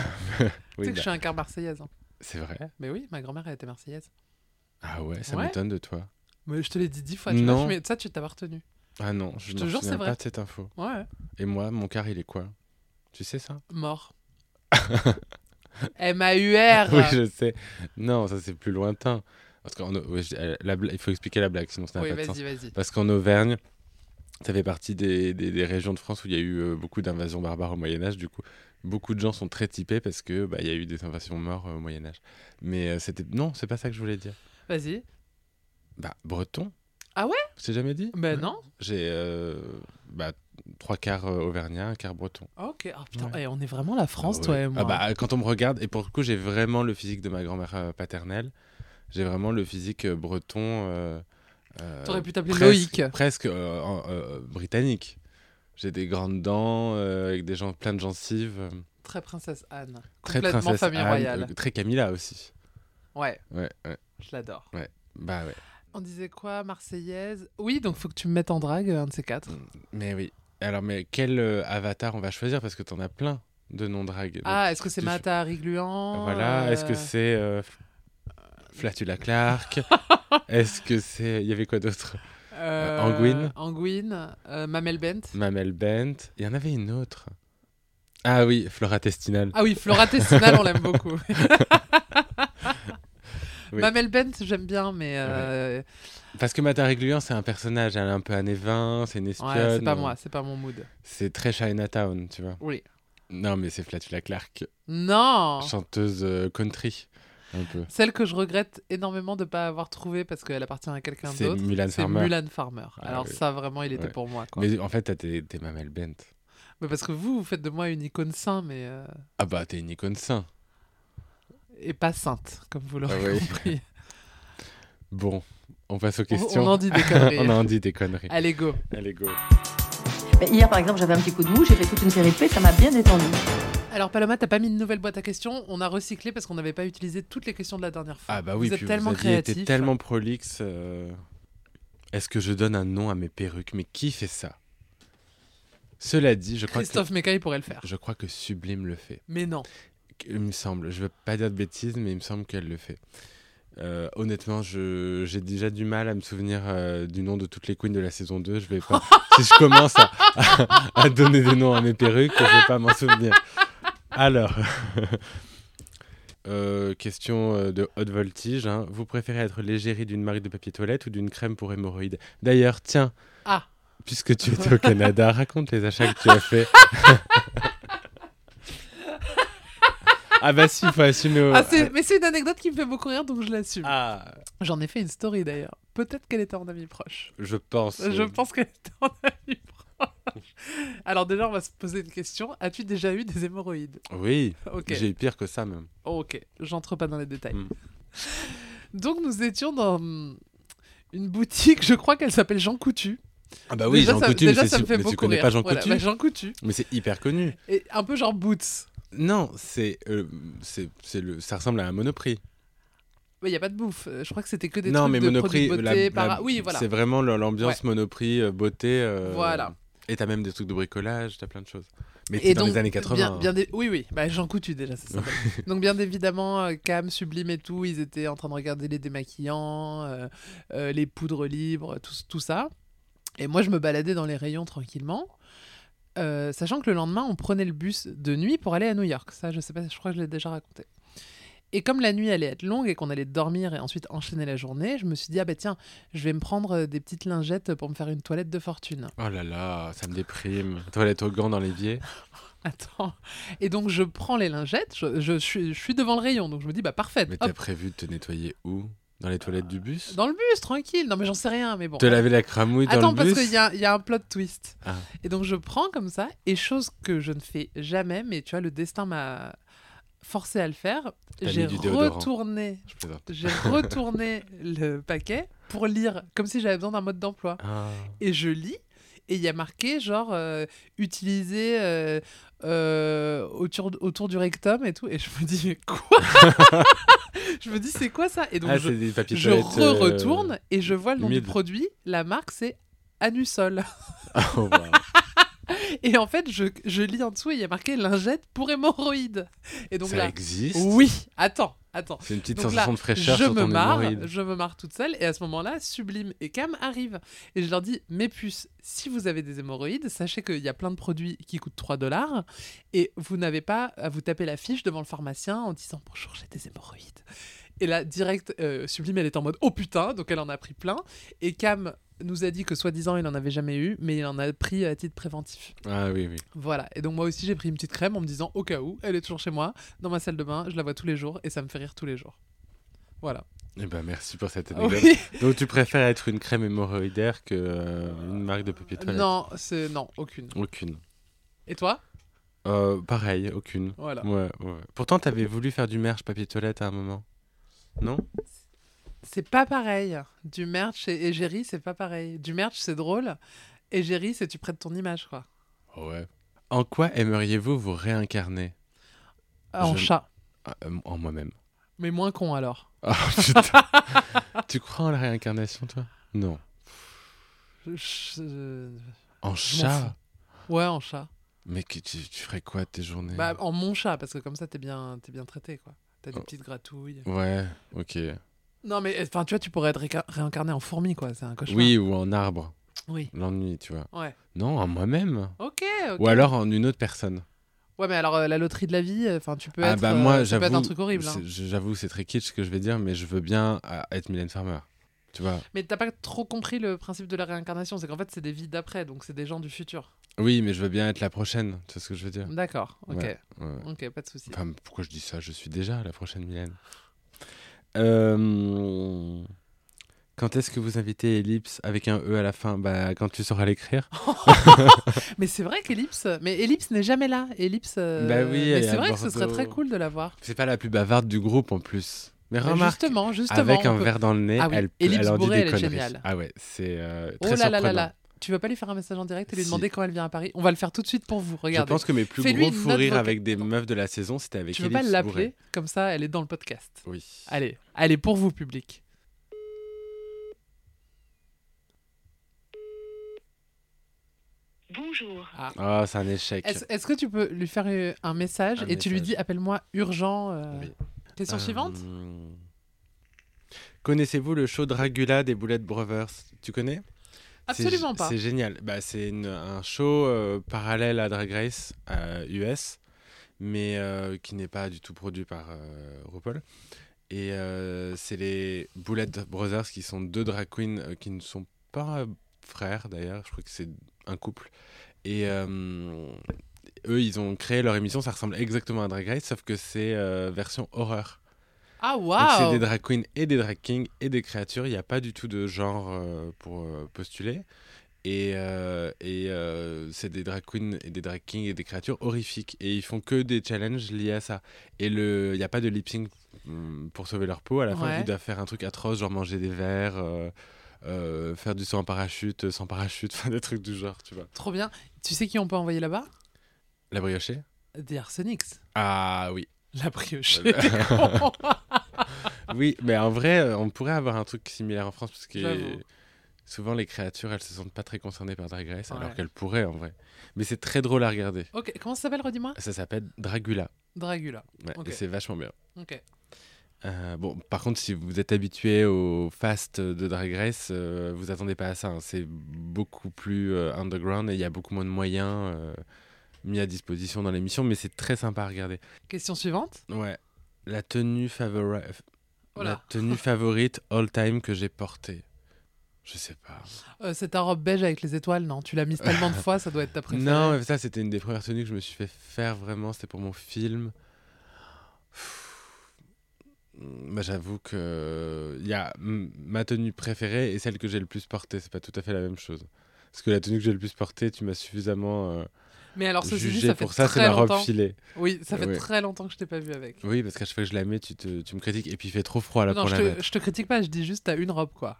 Oui, sais que bah, je suis un quart marseillaise. hein. c'est vrai. Mais oui, ma grand-mère, elle était marseillaise. Ah ouais, ça Ouais. m'étonne de toi. Mais je te l'ai dit dix fois, tu vois, Non. tu- mais ça, tu t'as pas retenu. Ah non, Je je, te me jure, souviens c'est vrai. pas de cette info. Ouais, Et moi, mon car, il est quoi Tu sais ça mort. M-A-U-R Oui, je sais. Non, ça c'est plus lointain. Parce qu'en- ouais, je- euh, la bla- il faut expliquer la blague, sinon ça n'a Oui, pas de sens. vas-y, vas-y. Parce qu'en Auvergne, ça fait partie des, des- des régions de France où il y a eu euh, beaucoup d'invasions barbares au Moyen Âge. Du coup, beaucoup de gens sont très typés parce que bah, il y a eu des invasions morts euh, au Moyen Âge. Mais euh, c'était non, c'est pas ça que je voulais dire. Vas-y. Bah, breton. Ah ouais Je t'ai jamais dit Ben non. J'ai euh, bah, trois quarts euh, auvergnat, un quart breton. Ah, Ok. Ah, putain, Ouais. eh, on est vraiment la France, toi Ah ouais. et moi. Ah bah, quand on me regarde, et pour le coup, j'ai vraiment le physique de ma grand-mère euh, paternelle. J'ai vraiment le physique euh, breton. euh, euh, T'aurais pu t'appeler presque, Loïc. Presque euh, en- euh, britannique. J'ai des grandes dents, euh, avec des gens, plein de gencives. Très princesse Anne. Très Complètement princesse famille Anne, royale. euh, très Camilla aussi. Ouais, Ouais, ouais. je l'adore. Bah ouais. On disait quoi, Marseillaise Oui, donc faut que tu me mettes en drague, un de ces quatre. Mm, Mais oui. Alors, mais quel euh, avatar on va choisir Parce que t'en as plein de noms dragues. Donc, Ah, est-ce que c'est tu- Mata Harigluant Voilà. euh, Est-ce que c'est euh, F- Flatula Clark Est-ce que c'est. Il y avait quoi d'autre euh, Anguine Anguine, euh, Mamel Bent. Mamel Bent. Il y en avait une autre. Ah oui, Flora Testinale. Ah oui, Flora Tessinal, on l'aime beaucoup. Oui. Mamel Bent, j'aime bien, mais euh, Parce que Matari Gluant, c'est un personnage. Elle est un peu années 20, c'est une ouais, espionne. c'est pas moi, c'est pas mon mood. C'est très Chinatown, tu vois. Oui. Non, mais c'est Flatula Clark, Non chanteuse euh, country, un peu. Celle que je regrette énormément de ne pas avoir trouvée parce qu'elle appartient à quelqu'un C'est d'autre, Mulan c'est Farmer. Mulan Farmer. Ah Alors oui. ça, vraiment, il était Ouais. pour moi. quoi. Mais... Mais en fait, t'as tes, tes mamelles bent. parce que vous, vous faites de moi une icône saint, mais... euh, Ah bah, t'es une icône sain. Et pas sainte, comme vous l'aurez Ah oui. compris. Bon, on passe aux On- questions. On en dit des conneries. On en dit des conneries. Allez, go Allez, go. Ben, hier, par exemple, j'avais un petit coup de mou, j'ai fait toute une série de faits, ça m'a bien détendu. Alors Paloma, t'as pas mis une nouvelle boîte à questions. On a recyclé parce qu'on n'avait pas utilisé toutes les questions de la dernière fois. Ah bah oui, vous puis êtes tellement vous aviez été créatifs. tellement prolixe. euh. Est-ce que je donne un nom à mes perruques Mais qui fait ça Cela dit, je crois, Christophe Mécaille pourrait le faire. que, je crois que Sublime le fait. Mais non. Il me semble, je veux pas dire de bêtises, mais il me semble qu'elle le fait. Euh, honnêtement, je- j'ai déjà du mal à me souvenir euh, du nom de toutes les queens de la saison 2. Je vais pas, si je commence à, à donner des noms à mes perruques, je vais pas m'en souvenir. Alors, euh, question euh, de haute voltige. hein. Vous préférez être l'égérie d'une marque de papier toilette ou d'une crème pour hémorroïdes D'ailleurs, tiens, Ah. puisque tu étais au Canada, raconte les achats que tu as fait. ah bah si, il faut assumer. au- Ah, c'est- mais c'est une anecdote qui me fait beaucoup rire, donc je l'assume. Ah, J'en ai fait une story d'ailleurs. Peut-être qu'elle était en ami proche. je pense. euh, Je pense qu'elle était en ami proche. Alors déjà, on va se poser une question. As-tu déjà eu des hémorroïdes Oui, Ok. j'ai eu pire que ça même. Oh, ok, j'entre pas dans les détails. Mm. Donc nous étions dans hum, une boutique, je crois qu'elle s'appelle Jean Coutu. Ah bah déjà, ça, mais déjà, c'est ça me sûr- fait mais beaucoup tu connais rire. pas Jean Voilà, Coutu bah, Jean Coutu. Mais c'est hyper connu. Et un peu genre Boots. Non, c'est, euh, c'est, c'est le, ça ressemble à un Monoprix. Il n'y a pas de bouffe. Euh, Je crois que c'était que des non, trucs mais de Monoprix, produits la- beauté, la- para- Oui, voilà. c'est vraiment le- l'ambiance Monoprix euh, beauté. euh, Voilà. Et t'as même des trucs de bricolage, t'as plein de choses. Mais Et t'es dans donc, les années bien- 80. hein. bien des- Oui, oui. Bah, Jean Coutu, déjà, ça s'appelle. donc, bien évidemment, euh, Cam, Sublime et tout, ils étaient en train de regarder les démaquillants, euh, euh, les poudres libres, tout, tout ça. Et moi, je me baladais dans les rayons tranquillement. euh, sachant que le lendemain, on prenait le bus de nuit pour aller à New York. Ça, je sais pas, je crois que je l'ai déjà raconté. Et comme la nuit allait être longue et qu'on allait dormir et ensuite enchaîner la journée, je me suis dit, ah bah tiens, je vais me prendre euh, des petites lingettes pour me faire une toilette de fortune. Oh là là, ça me déprime. Toilette au gant dans l'évier. Attends. Et donc je prends les lingettes, je, je suis, je suis devant le rayon, donc je me dis bah parfait. Mais Hop, t'as prévu de te nettoyer où Dans les toilettes du bus dans le bus, tranquille. Non mais j'en sais rien, mais bon. Te laver la cramouille dans Attends, le parce bus qu'il y a, il y a un plot twist. Ah. Et donc je prends comme ça, et chose que je ne fais jamais, mais tu vois, le destin m'a forcé à le faire. T'as mis J'ai du déodorant. retourné, Je plaisante. j'ai retourné le paquet pour lire, comme si j'avais besoin d'un mode d'emploi. Ah. et je lis et il y a marqué genre euh, utiliser euh, euh, autour, autour du rectum et tout et je me dis mais quoi je me dis c'est quoi ça et donc Ah, je, c'est des papiers je toilettes, euh, re-retourne et je vois le nom humides. du produit la marque c'est Anusol oh, wow. et en fait je, je lis en dessous et il y a marqué lingette pour hémorroïdes et donc ça là existe oui attends attends C'est une petite Donc là, sensation de fraîcheur je sur me ton marre, hémorroïde. je me marre toute seule et à ce moment-là, Sublime et Cam arrivent et je leur dis mes puces, si vous avez des hémorroïdes, sachez qu'il y a plein de produits qui coûtent 3 dollars et vous n'avez pas à vous taper la fiche devant le pharmacien en disant bonjour j'ai des hémorroïdes. Et là direct, euh, Sublime elle est en mode oh putain donc elle en a pris plein et Cam nous a dit que soi-disant il en avait jamais eu mais il en a pris à titre préventif. Ah oui, oui. Voilà et donc moi aussi j'ai pris une petite crème en me disant au cas où elle est toujours chez moi dans ma salle de bain, je la vois tous les jours et ça me fait rire tous les jours. Voilà. Eh ben, merci pour cette anecdote. Ah Oui. Donc, tu préfères être une crème hémorroïdaire que euh, une marque de papier toilette Non, c'est non, aucune. Aucune. Et toi Euh, pareil, aucune. Voilà. Ouais, ouais. Pourtant, t'avais voulu faire du merch papier toilette à un moment. Non C'est pas pareil. Du merch et égérie, c'est pas pareil. Du merch, c'est drôle. Égérie, c'est tu prêtes ton image, quoi. Ouais. En quoi aimeriez-vous vous réincarner Euh, En Je- chat. Ah, euh, en moi-même. Mais moins con alors. Ah, putain. tu crois en la réincarnation, toi Non. Je- je- En Je m'en fous. chat Ouais, en chat. Mais que- tu, tu ferais quoi de tes journées Bah, en mon chat, parce que comme ça, t'es bien, t'es bien traité, quoi. T'as des Oh. petites gratouilles. Ouais, ok. Non, mais enfin, tu vois, tu pourrais être réca- réincarné en fourmi, quoi. C'est un cauchemar. Oui, ou en arbre, Oui. l'ennui, tu vois. Ouais. Non, en moi-même. Ok, ok. Ou alors en une autre personne. Ouais, mais alors, euh, la loterie de la vie, euh, enfin, tu peux ah être. bah euh, moi, ça peut être j'avoue, un truc horrible. hein. c'est- je- j'avoue, c'est très kitsch ce que je vais dire, mais je veux bien euh, être Mylène Farmer. Tu vois Mais t'as pas trop compris le principe de la réincarnation. C'est qu'en fait, c'est des vies d'après, donc c'est des gens du futur. Oui, mais je veux bien être la prochaine. Tu vois ce que je veux dire D'accord. Ok. Ouais. Ouais. Ok, pas de souci. Enfin, pourquoi je dis ça Je suis déjà la prochaine Mylène. Euh, Quand est-ce que vous invitez Ellipse avec un E à la fin Bah, quand tu sauras l'écrire. Mais c'est vrai qu'Ellipse. Mais Ellipse n'est jamais là. Ellipse. euh, Bah oui, Mais elle est c'est à vrai que ce Bordeaux. serait très cool de la voir. C'est pas la plus bavarde du groupe en plus. Mais Mais remarque, Justement, justement. avec on un peut- verre dans le nez, Ah oui, elle, peut- Ellipse elle en dit Bourré, des elle est conneries. géniale. Ah ouais, c'est euh, Oh très là là surprenant. là là. Tu veux pas lui faire un message en direct et lui Si. demander quand elle vient à Paris On va le faire tout de suite pour vous. Je Regardez. pense que mes plus Fais-lui gros une fous note rires vocale. avec des meufs de la saison, c'était avec tu veux pas Ellipse Bourré. l'appeler Comme ça, elle est dans le podcast. Oui. Allez, allez pour vous, public. Bonjour. Ah, c'est un échec. Est-ce est-ce que tu peux lui faire euh, un message Un et tu lui message. dis appelle-moi urgent euh, Oui. Question Euh, suivante Connaissez-vous le show Dragula des Bullet Brothers Tu connais C'est gé- Absolument pas. C'est génial. Bah, c'est une- un show euh, parallèle à Drag Race euh, US, mais euh, qui n'est pas du tout produit par euh, RuPaul. Et euh, c'est les Bullet Brothers qui sont deux drag queens euh, qui ne sont pas euh, frères d'ailleurs. Je crois que c'est un couple. Et euh, eux, ils ont créé leur émission. Ça ressemble exactement à Drag Race, sauf que c'est euh, version horreur. Ah Donc c'est waouh des drag queens et des drag kings et des créatures. Il n'y a pas du tout de genre euh, pour euh, postuler. Et, euh, et euh, c'est des drag queens et des drag kings et des créatures horrifiques. Et ils font que des challenges liés à ça. Et le- il n'y a pas de lip sync hum, pour sauver leur peau. À la fin, Ouais. ils doivent faire un truc atroce, genre manger des verres, euh, euh, faire du saut en parachute, euh, sans parachute, enfin des trucs du genre, tu vois. Trop bien. Tu sais qui on peut envoyer là-bas La briochée Des Arsenics. Ah oui. La brioche. con. Oui, mais en vrai, euh, on pourrait avoir un truc similaire en France parce que J'avoue. souvent les créatures, elles se sentent pas très concernées par Drag Race, alors Ouais. qu'elles pourraient en vrai. Mais c'est très drôle à regarder. ok, comment ça s'appelle, redis-moi Ça s'appelle Dragula. Dragula. Ouais, Ok. Et c'est vachement bien. Ok. Euh, bon, par contre, si vous êtes habitué au fast de Drag Race, euh, vous attendez pas à ça. hein. C'est beaucoup plus euh, underground et il y a beaucoup moins de moyens euh, mis à disposition dans l'émission, mais c'est très sympa à regarder. Question suivante. Ouais. La tenue, favori... Oh la là. tenue favorite all time que j'ai portée. Je sais pas. Euh, c'est ta robe beige avec les étoiles, non Tu l'as mise tellement de fois, ça doit être ta préférée. Non, mais ça, c'était une des premières tenues que je me suis fait faire vraiment. C'était pour mon film. Bah, J'avoue que il y a mm, ma tenue préférée et celle que j'ai le plus portée. C'est pas tout à fait la même chose. Parce que la tenue que j'ai le plus portée, tu m'as suffisamment euh, Mais alors, ceci dit, jugé ça fait pour ça, c'est très ma robe longtemps. filée. Oui, ça fait Ouais. très longtemps que je t'ai pas vu avec. Oui, parce qu'à chaque fois que je la mets, tu, te- tu me critiques. Et puis il fait trop froid là non, pour je la te, mettre. je te critique pas, je dis juste t'as une robe, quoi.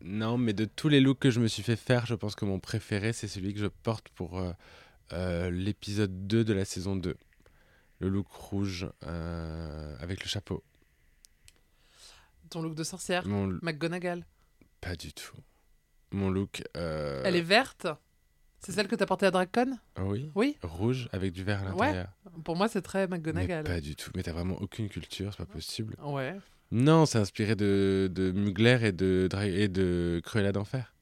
Non, mais de tous les looks que je me suis fait faire, je pense que mon préféré, c'est celui que je porte pour euh, euh, l'épisode 2 de la saison 2. Le look rouge euh, avec le chapeau. Ton look de sorcière, Mon... McGonagall. Pas du tout. Mon look. euh, Elle est verte C'est celle que t'as portée à Dragcon ah Oui. Oui. Rouge avec du vert à Ouais, l'intérieur. Pour moi, c'est très mais McGonagall. pas du tout. Mais t'as vraiment aucune culture, c'est pas possible. Ouais. Non, c'est inspiré de, de Mugler et de, Dra- et de Cruella d'Enfer.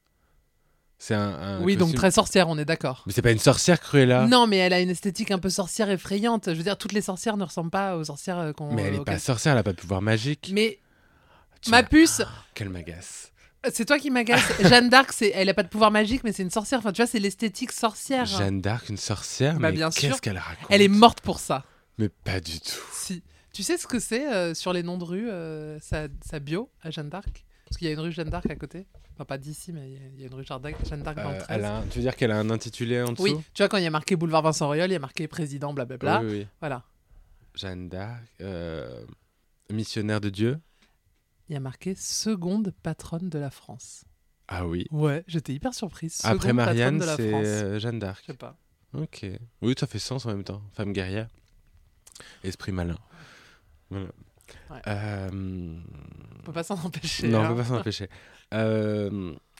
C'est un. un oui, donc costume- très sorcière, on est d'accord. Mais c'est pas une sorcière Cruella. Non, mais elle a une esthétique un peu sorcière effrayante. Je veux dire, toutes les sorcières ne ressemblent pas aux sorcières euh, qu'on. Mais elle est auxquelles- pas sorcière, elle a pas de pouvoir magique. Mais Tu ma vois, puce, Qu'elle m'agace. c'est toi qui m'agace. Jeanne d'Arc, c'est, elle a pas de pouvoir magique, mais c'est une sorcière. Enfin, tu vois, c'est l'esthétique sorcière. Jeanne d'Arc, une sorcière, Bah, mais bien sûr. qu'est-ce qu'elle raconte Elle est morte pour ça. Mais pas du tout. Si. Tu sais ce que c'est euh, sur les noms de rue, euh, sa, sa bio à Jeanne d'Arc Parce qu'il y a une rue Jeanne d'Arc à côté. Enfin, pas d'ici, mais il y a- il y, a une rue Jeanne d'Arc Jeanne d'Arc dans le Euh, 13. elle a un- Tu veux dire qu'elle a un intitulé en dessous Oui, tu vois, quand il y a marqué boulevard Vincent Auriol, il y a marqué président, blablabla. oui, oui. Voilà. Jeanne d'Arc, euh, missionnaire de Dieu. Il y a marqué seconde patronne de la France. Ah oui. Ouais, j'étais hyper surprise. Seconde Après Marianne, patronne c'est de la France. euh, Jeanne Je d'Arc. sais pas. Ok. Oui, ça fait sens en même temps. Femme guerrière. Esprit malin. Voilà. Ouais. Euh, On peut pas s'en empêcher. Non, on hein. peut pas s'en empêcher.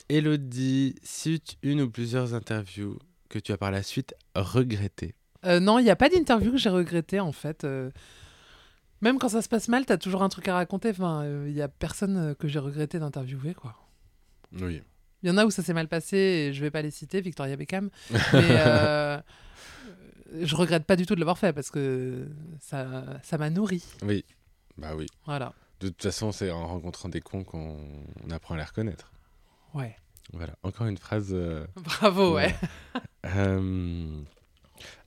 Elodie, cite une ou plusieurs interviews que tu as par la suite regrettées. Euh, non, il n'y a pas d'interview que j'ai regretté en fait. Euh, Même quand ça se passe mal, t'as toujours un truc à raconter. Enfin, il n'y a personne euh, que j'ai regretté d'interviewer quoi. Oui. Il y en a où ça s'est mal passé et je vais pas les citer, Victoria Beckham. Mais euh, je regrette pas du tout de l'avoir fait parce que ça ça m'a nourri. Oui. Bah oui. Voilà. De toute façon, c'est en rencontrant des cons qu'on on apprend à les reconnaître. Ouais. Voilà. Encore une phrase. euh, Bravo, Oh ouais. Euh,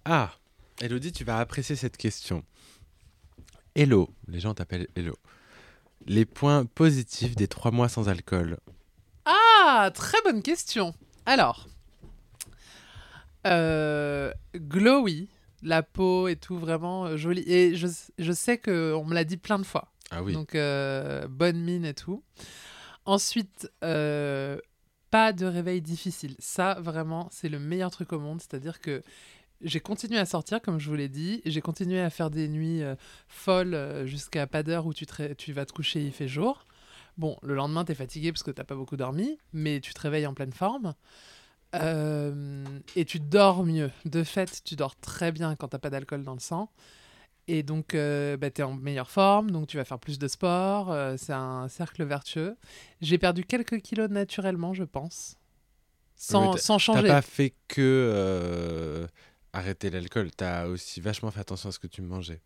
Ah, Elodie, tu vas apprécier cette question. Hello, les gens t'appellent Hello. Les points positifs des trois mois sans alcool. Ah, très bonne question. Alors, euh, glowy, la peau et tout, vraiment euh, joli. Et je, je sais qu'on me l'a dit plein de fois. Ah oui. Donc, euh, bonne mine et tout. Ensuite, euh, pas de réveil difficile. Ça, vraiment, c'est le meilleur truc au monde. C'est-à-dire que j'ai continué à sortir, comme je vous l'ai dit. J'ai continué à faire des nuits euh, folles euh, jusqu'à pas d'heure où tu, te ré- tu vas te coucher, il fait jour. Bon, le lendemain, t'es fatigué parce que t'as pas beaucoup dormi, mais tu te réveilles en pleine forme. Euh, et tu dors mieux. De fait, tu dors très bien quand t'as pas d'alcool dans le sang. Et donc, euh, bah, t'es en meilleure forme, donc tu vas faire plus de sport. euh, c'est un cercle vertueux. J'ai perdu quelques kilos naturellement, je pense. Oui, Sans, t'as- sans T'as changer. pas fait que euh, arrêter l'alcool. T'as aussi vachement fait attention à ce que tu mangeais.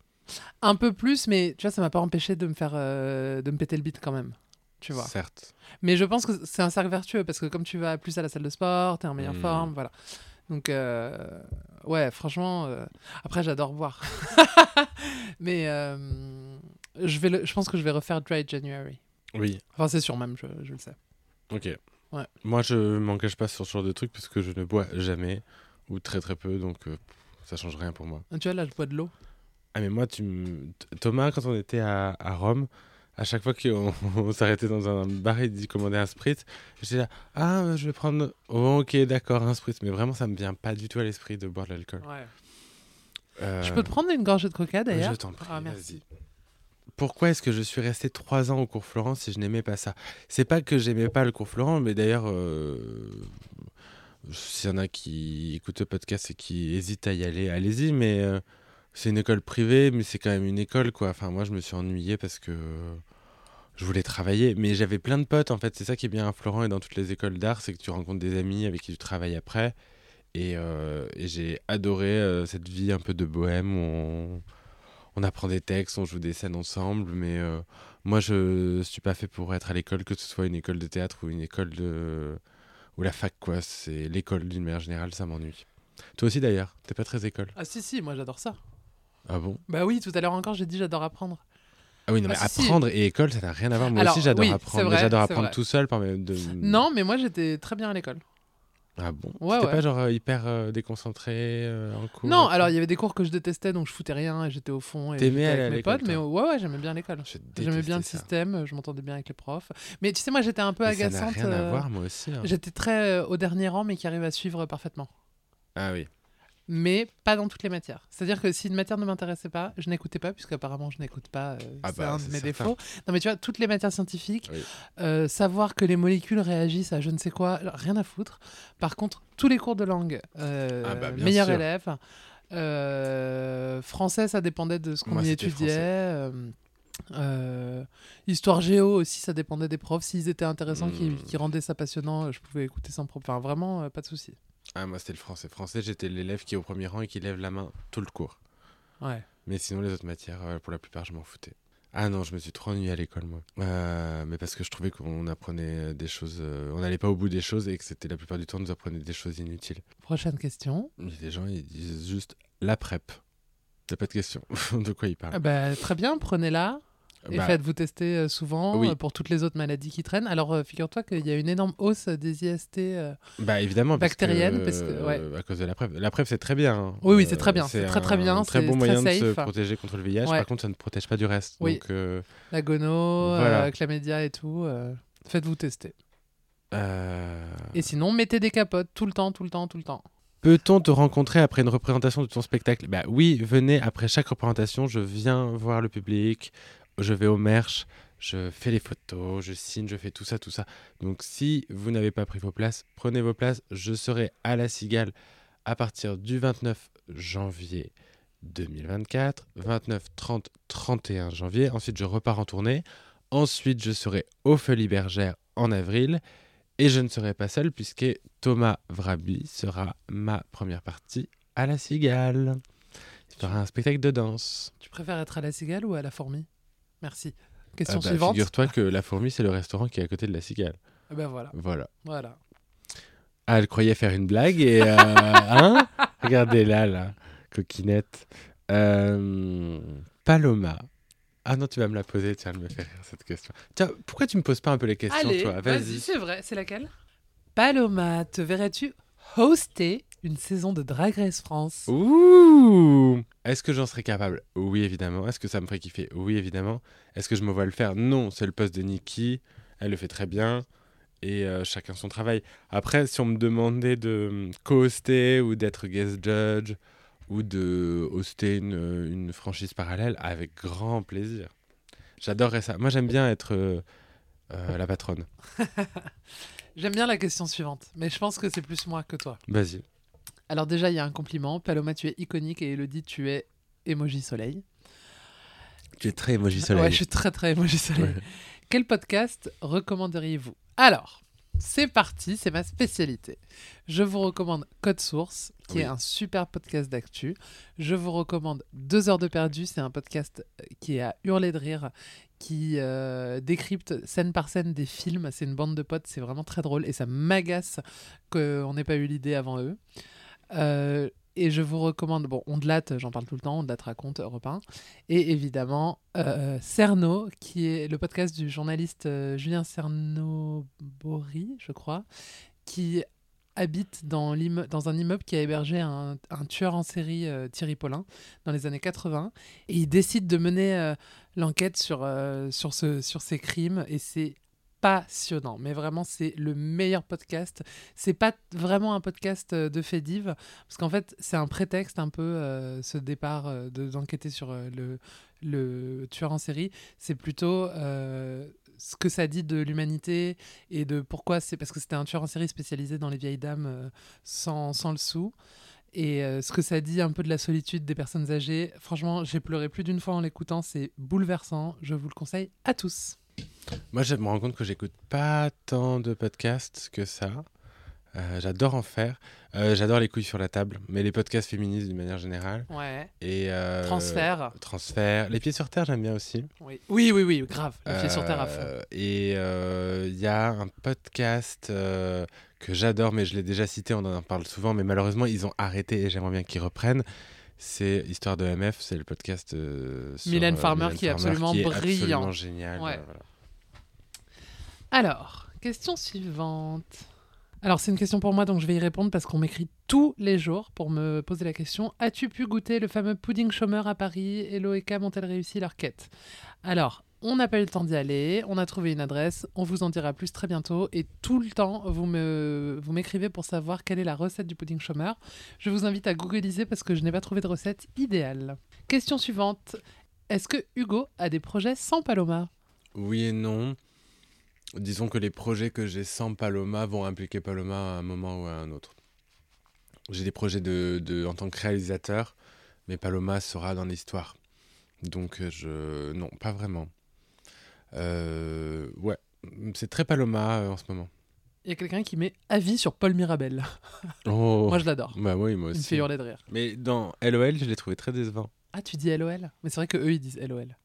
Un peu plus, mais tu vois, ça m'a pas empêché de me faire, euh, de me péter le bide quand même. Tu vois. Certes. Mais je pense que c'est un cercle vertueux parce que comme tu vas plus à la salle de sport, t'es en meilleure Mm. forme, voilà. Donc euh, ouais, franchement. euh, Après, j'adore boire, mais euh, je vais, le- je pense que je vais refaire Dry January. Oui. Enfin, c'est sûr même, je, je le sais. Ok. Ouais. Moi, je m'engage pas sur ce genre de truc parce que je ne bois jamais ou très très peu, donc euh, ça change rien pour moi. Tu vois, là, je bois de l'eau. Ah mais moi, tu me- T- Thomas, quand on était à, à Rome, à chaque fois qu'on on s'arrêtait dans un bar et dit commander un spritz, j'étais là, ah, euh, je vais prendre... Oh, ok, d'accord, un spritz. Mais vraiment, ça me vient pas du tout à l'esprit de boire de l'alcool. Euh, Je peux te prendre une gorgée de coca oui, d'ailleurs. Je t'en prie, Ah, vas-y. merci. Pourquoi est-ce que je suis resté trois ans au cours Florent si je n'aimais pas ça C'est pas que j'aimais pas le cours Florent, mais d'ailleurs, euh, s'il y en a qui écoutent le podcast et qui hésitent à y aller, allez-y, mais euh, c'est une école privée, mais c'est quand même une école, quoi. Enfin, moi, je me suis ennuyé parce que je voulais travailler, mais j'avais plein de potes, en fait. C'est ça qui est bien à Florent et dans toutes les écoles d'art, c'est que tu rencontres des amis avec qui tu travailles après. Et, euh, et j'ai adoré euh, cette vie un peu de bohème où on, on apprend des textes, on joue des scènes ensemble, mais euh, moi je suis pas fait pour être à l'école, que ce soit une école de théâtre ou une école de. ou la fac, quoi. C'est l'école d'une manière générale, ça m'ennuie. Toi aussi d'ailleurs, t'es pas très école. Ah si si, moi j'adore ça. Ah bon Bah oui, tout à l'heure encore, j'ai dit j'adore apprendre. Ah oui, non, Ah, mais si, si. apprendre et école, ça n'a rien à voir. Moi Alors, aussi j'adore oui, c'est apprendre, mais vrai, j'adore c'est apprendre vrai. tout seul par mes. de- Non, mais moi j'étais très bien à l'école. Ah bon Ouais, T'étais ouais. pas genre euh, hyper euh, déconcentré euh, en cours Non, et tout alors il y avait des cours que je détestais, donc je foutais rien et j'étais au fond et T'aimais j'étais aller à avec mes l'école, potes. Mais toi. ouais, ouais, j'aimais bien l'école. Je détestais J'aimais bien le ça. système, je m'entendais bien avec les profs. Mais tu sais, moi j'étais un peu Mais Ça n'a agaçante. rien à euh, voir, moi aussi. hein. J'étais très euh, au dernier rang, mais qui arrive à suivre parfaitement. Ah oui. Mais pas dans toutes les matières. C'est-à-dire que si une matière ne m'intéressait pas, je n'écoutais pas, puisqu'apparemment je n'écoute pas. euh, Ah c'est bah, un de c'est mes certain. défauts. Non, mais tu vois, toutes les matières scientifiques, Oui. euh, savoir que les molécules réagissent à je ne sais quoi, rien à foutre. Par contre, tous les cours de langue, euh, Ah bah, bien meilleur sûr. élève. Euh, français, ça dépendait de ce qu'on Moi, y c'était étudiait. français. euh, euh, histoire géo aussi, ça dépendait des profs. S'ils étaient intéressants, qui, Mm. qui rendaient ça passionnant, je pouvais écouter sans problème. Enfin, vraiment, euh, pas de souci. Ah, moi, c'était le français. Français, j'étais l'élève qui est au premier rang et qui lève la main tout le cours. Ouais. Mais sinon, les autres matières, euh, pour la plupart, je m'en foutais. Ah non, je me suis trop ennuyé à l'école, moi. Euh, mais parce que je trouvais qu'on apprenait des choses. euh, on n'allait pas au bout des choses et que c'était la plupart du temps, on nous apprenait des choses inutiles. Prochaine question. Il y a des gens, ils disent juste la PrEP. T'as pas de question de quoi ils parlent. Ah bah, très bien, prenez-la et Bah, faites-vous tester euh, souvent Oui. euh, pour toutes les autres maladies qui traînent. Alors, euh, figure-toi qu'il y a une énorme hausse des IST. euh, Bah évidemment, parce que, Bactérienne, parce que, ouais. euh, à cause de la PrEP. La PrEP, c'est très bien. hein. Oui, oui, c'est très bien, c'est très, un très bien, Très c'est bon très moyen de se safe. protéger contre le VIH. Ouais. Par contre, ça ne protège pas du reste. Oui. Donc, euh, la gono, Voilà. euh, chlamydia et tout. euh, faites-vous tester. euh, Et sinon, mettez des capotes tout le temps, tout le temps, tout le temps. Peut-on te rencontrer après une représentation de ton spectacle Bah oui, venez après chaque représentation, je viens voir le public, je vais au merch, je fais les photos, je signe, je fais tout ça, tout ça. Donc si vous n'avez pas pris vos places, prenez vos places. Je serai à la Cigale à partir du 29 janvier 2024, 29, 30, 31 janvier. Ensuite, je repars en tournée. Ensuite, je serai au Folie Bergère en avril. Et je ne serai pas seul puisque Thomas Vrabi sera ma première partie à la Cigale. Il fera un spectacle de danse. Tu préfères être à la cigale ou à la fourmi Merci. Ah Question bah, suivante. Figure-toi que La Fourmi, c'est le restaurant qui est à côté de la Cigale. Ah bah voilà, Voilà. voilà. Ah, elle croyait faire une blague et. euh, hein Regardez là, là. Coquinette. Euh, Paloma. Ah non, tu vas me la poser, tiens, elle me fait rire cette question. Tiens, pourquoi tu me poses pas un peu les questions, Allez, toi vas-y, c'est vrai. C'est laquelle Paloma, te verrais-tu hoster une saison de Drag Race Oh. France Ouh Est-ce que j'en serais capable Oui, évidemment. Est-ce que ça me ferait kiffer Oui, évidemment. Est-ce que je me vois le faire Non, c'est le poste de Nikki. Elle le fait très bien. Et euh, chacun son travail. Après, si on me demandait de hum, co-hoster ou d'être guest judge ou de hoster une, euh, une franchise parallèle, avec grand plaisir. J'adorerais ça. Moi, j'aime bien être euh, euh, la patronne. J'aime bien la question suivante, mais je pense que c'est plus moi que toi. Vas-y. Alors déjà, il y a un compliment. Paloma, tu es iconique et Elodie, tu es emoji soleil. Tu es très émoji Ouais, je suis très très emoji soleil. Ouais. Quel podcast recommanderiez-vous Alors, c'est parti, c'est ma spécialité. Je vous recommande Code Source, qui Oui. est un super podcast d'actu. Je vous recommande Deux heures de perdu, c'est un podcast euh, qui est à hurler de rire, qui euh, décrypte scène par scène des films. C'est une bande de potes, c'est vraiment très drôle et ça m'agace qu'on n'ait pas eu l'idée avant eux. Euh, et je vous recommande, bon, On de latte, j'en parle tout le temps, On de latte raconte, Europe 1. Et évidemment, euh, Cerno, qui est le podcast du journaliste euh, Julien Cernobori, je crois, qui habite dans, l'imme- dans un immeuble qui a hébergé un, un tueur en série, euh, Thierry Paulin, dans les années 80. Et il décide de mener euh, l'enquête sur, euh, sur, ce, sur ces crimes. Et c'est passionnant. Mais vraiment, c'est le meilleur podcast. C'est pas t- vraiment un podcast euh, de fait div, parce qu'en fait, c'est un prétexte un peu, euh, ce départ euh, de- d'enquêter sur euh, le, le tueur en série. C'est plutôt euh, ce que ça dit de l'humanité et de pourquoi c'est. Parce que c'était un tueur en série spécialisé dans les vieilles dames euh, sans, sans le sou. Et euh, ce que ça dit un peu de la solitude des personnes âgées. Franchement, j'ai pleuré plus d'une fois en l'écoutant. C'est bouleversant. Je vous le conseille à tous. Moi, je me rends compte que j'écoute pas tant de podcasts que ça. Euh, j'adore en faire. Euh, j'adore les couilles sur la table, mais les podcasts féministes d'une manière générale. Ouais. Et, euh, Transfert. Transfert. Les pieds sur terre, j'aime bien aussi. Oui. oui, oui, oui, grave. Le pied sur Euh, terre à fond. Et euh, il y a un podcast euh, que j'adore, mais je l'ai déjà cité, on en parle souvent, mais malheureusement, ils ont arrêté et j'aimerais bien qu'ils reprennent. C'est Histoire de MF, c'est le podcast. euh, sur, Mylène euh, Farmer qui est absolument qui est brillant. absolument génial. Ouais. euh, voilà. Alors, question suivante. Alors, c'est une question pour moi, donc je vais y répondre parce qu'on m'écrit tous les jours pour me poser la question As-tu pu goûter le fameux pudding chômeur à Paris Hello et Cam ont-elles réussi leur quête Alors, on n'a pas eu le temps d'y aller, on a trouvé une adresse, on vous en dira plus très bientôt. Et tout le temps, vous me- vous m'écrivez pour savoir quelle est la recette du pudding chômeur. Je vous invite à googliser parce que je n'ai pas trouvé de recette idéale. Question suivante Est-ce que Hugo a des projets sans Paloma Oui et non. Disons que les projets que j'ai sans Paloma vont impliquer Paloma à un moment ou à un autre. J'ai des projets de, de- en tant que réalisateur, mais Paloma sera dans l'histoire. Donc euh, je... Non, pas vraiment. Euh, ouais, c'est très Paloma euh, en ce moment. Il y a quelqu'un qui met avis sur Paul Mirabel. Oh, Moi, je l'adore. bah oui, moi Il me fait aussi. hurler de rire. Mais dans LOL, je l'ai trouvé très décevant. Ah, tu dis LOL Mais c'est vrai que eux, ils disent LOL.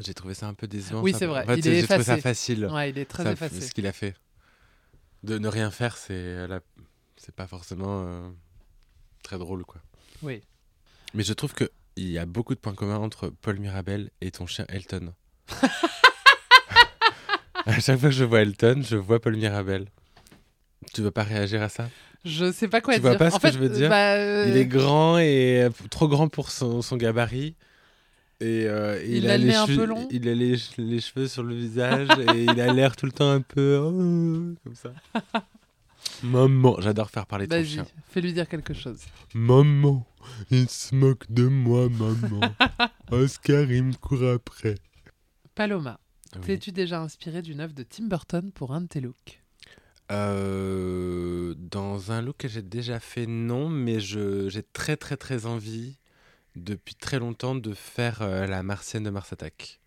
J'ai trouvé ça un peu décevant. Oui, ça. c'est vrai, En fait, il j'ai est trouvé ça effacé. facile. Ouais, il est très Ça, effacé. Ce qu'il a fait. De ne rien faire, c'est euh, la- c'est pas forcément euh, très drôle, quoi. Oui. Mais je trouve que il y a beaucoup de points communs entre Paul Mirabel et ton chien Elton. à chaque fois que je vois Elton, je vois Paul Mirabel. Tu veux pas réagir à ça Je sais pas quoi Tu dire. vois pas ce en que fait, je veux dire bah, euh, Il est grand et euh, trop grand pour son, son gabarit. Et euh, Il il, a a le les nez un che- peu long. il a les, che- les cheveux sur le visage et il a l'air tout le temps un peu euh, comme ça. Maman, j'adore faire parler ton Vas-y, chien. euh, bah, fais-lui dire quelque chose. Maman, il se moque de moi, maman. Oscar, il me court après. Paloma, Ah Oui. t'es-tu déjà inspiré d'une œuvre de Tim Burton pour un de tes looks Euh, dans un look que j'ai déjà fait, non, mais je- j'ai très très très envie depuis très longtemps de faire euh, la martienne de Mars Attack.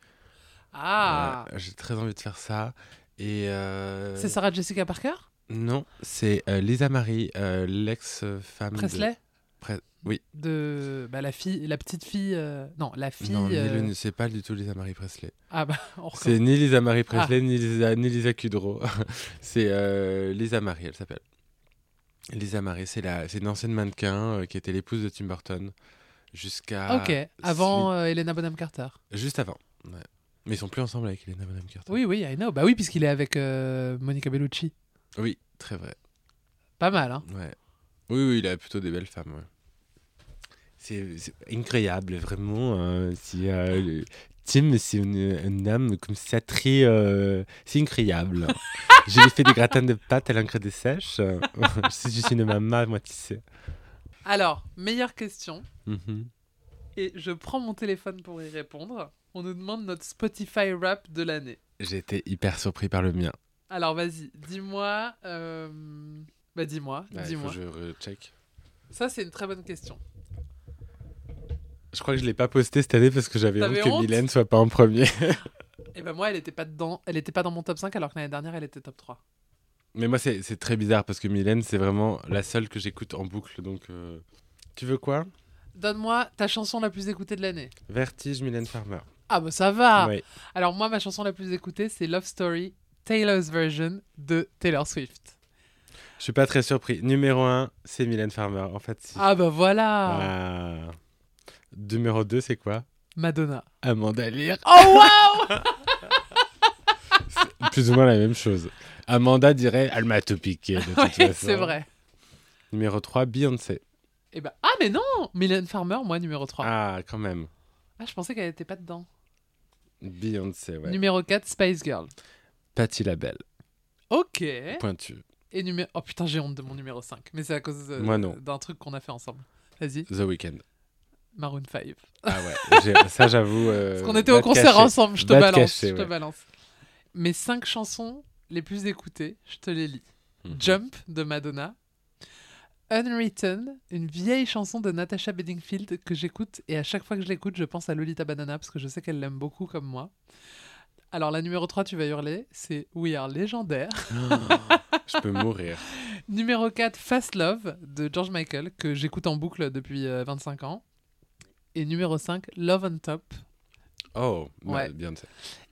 Ah Euh, j'ai très envie de faire ça. Et euh, C'est Sarah Jessica Parker Non, c'est euh, Lisa Marie, euh, l'ex-femme de- Presley Pre- oui. De bah, la fille, la petite fille. euh, Non, la fille. Non, ni euh, le- c'est pas du tout Lisa Marie Presley. Ah bah, on C'est recommence. ni Lisa Marie Ah. Presley, ni, Lisa, ni Lisa Kudrow. c'est euh, Lisa Marie, elle s'appelle. Lisa Marie, c'est la- c'est une ancienne mannequin euh, qui était l'épouse de Tim Burton jusqu'à. Ok, avant euh, Helena Bonham Carter. Juste avant. ouais. Mais ils sont plus ensemble avec Elena Bonham Carter. Oui, oui, I know. Bah oui, puisqu'il est avec euh, Monica Bellucci. Oui, très vrai. Pas mal, hein Ouais. Oui, oui, il a plutôt des belles femmes. ouais. C'est c'est incroyable, vraiment. hein, si, euh, le- Tim, c'est une, une âme comme ça, très. euh, c'est incroyable. J'ai fait des gratins de pâtes à l'encre de sèche. c'est juste une maman, moi, tu sais. Alors, meilleure question. Mhm. Et je prends mon téléphone pour y répondre. On nous demande notre Spotify rap de l'année. J'ai été hyper surpris par le mien. Alors vas-y, dis-moi. euh, Bah dis-moi, dis-moi. je recheck. Ça, c'est une très bonne question. Je crois que je l'ai pas posté cette année parce que j'avais honte T'avais que honte Mylène soit pas en premier. Et ben moi, elle était pas dedans. Elle était pas dans mon top 5 alors que l'année dernière, elle était top 3. Mais moi, c'est c'est très bizarre parce que Mylène, c'est vraiment la seule que j'écoute en boucle. Donc, euh, tu veux quoi Donne-moi ta chanson la plus écoutée de l'année. Vertige, Mylène Farmer. Ah bah ça va. Ouais. Alors moi, ma chanson la plus écoutée, c'est Love Story, Taylor's Version de Taylor Swift. Je suis pas très surpris. Numéro 1, c'est Mylène Farmer. En fait, si. Ah bah voilà. Ah. Numéro 2, c'est quoi Madonna. Amanda Lear. Oh waouh Ah. Plus ou moins la même chose. Amanda dirait Elle m'a tout piqué. de toute Ouais, façon. c'est vrai. Numéro 3, Beyoncé. Et ben ah mais non, Mylène Farmer, moi numéro 3. Ah, Ah, quand même. je pensais qu'elle était pas dedans. Beyoncé, ouais. Numéro 4, Spice Girl. Patty Labelle. Ok. Pointu. Et numéro. Oh putain, j'ai honte de mon numéro 5. Mais c'est à cause euh, Moi, non. d'un truc qu'on a fait ensemble. Vas-y, The Weeknd. Maroon 5. Ah ouais. j'ai- Ça, j'avoue. euh, Parce qu'on était va au te concert cacher. ensemble, je te Va te balance. cacher, je te ouais. balance. Mes 5 chansons les plus écoutées, je te les lis. Mhm. Jump de Madonna. Unwritten, une vieille chanson de Natasha Bedingfield que j'écoute et à chaque fois que je l'écoute, je pense à Lolita Banana parce que je sais qu'elle l'aime beaucoup comme moi. Alors la numéro 3, tu vas hurler, c'est We Are Légendaire. Je peux mourir. Numéro 4, Fast Love de George Michael, que j'écoute en boucle depuis euh, 25 ans. Et numéro 5, Love on Top. Oh, Ouais. Beyoncé.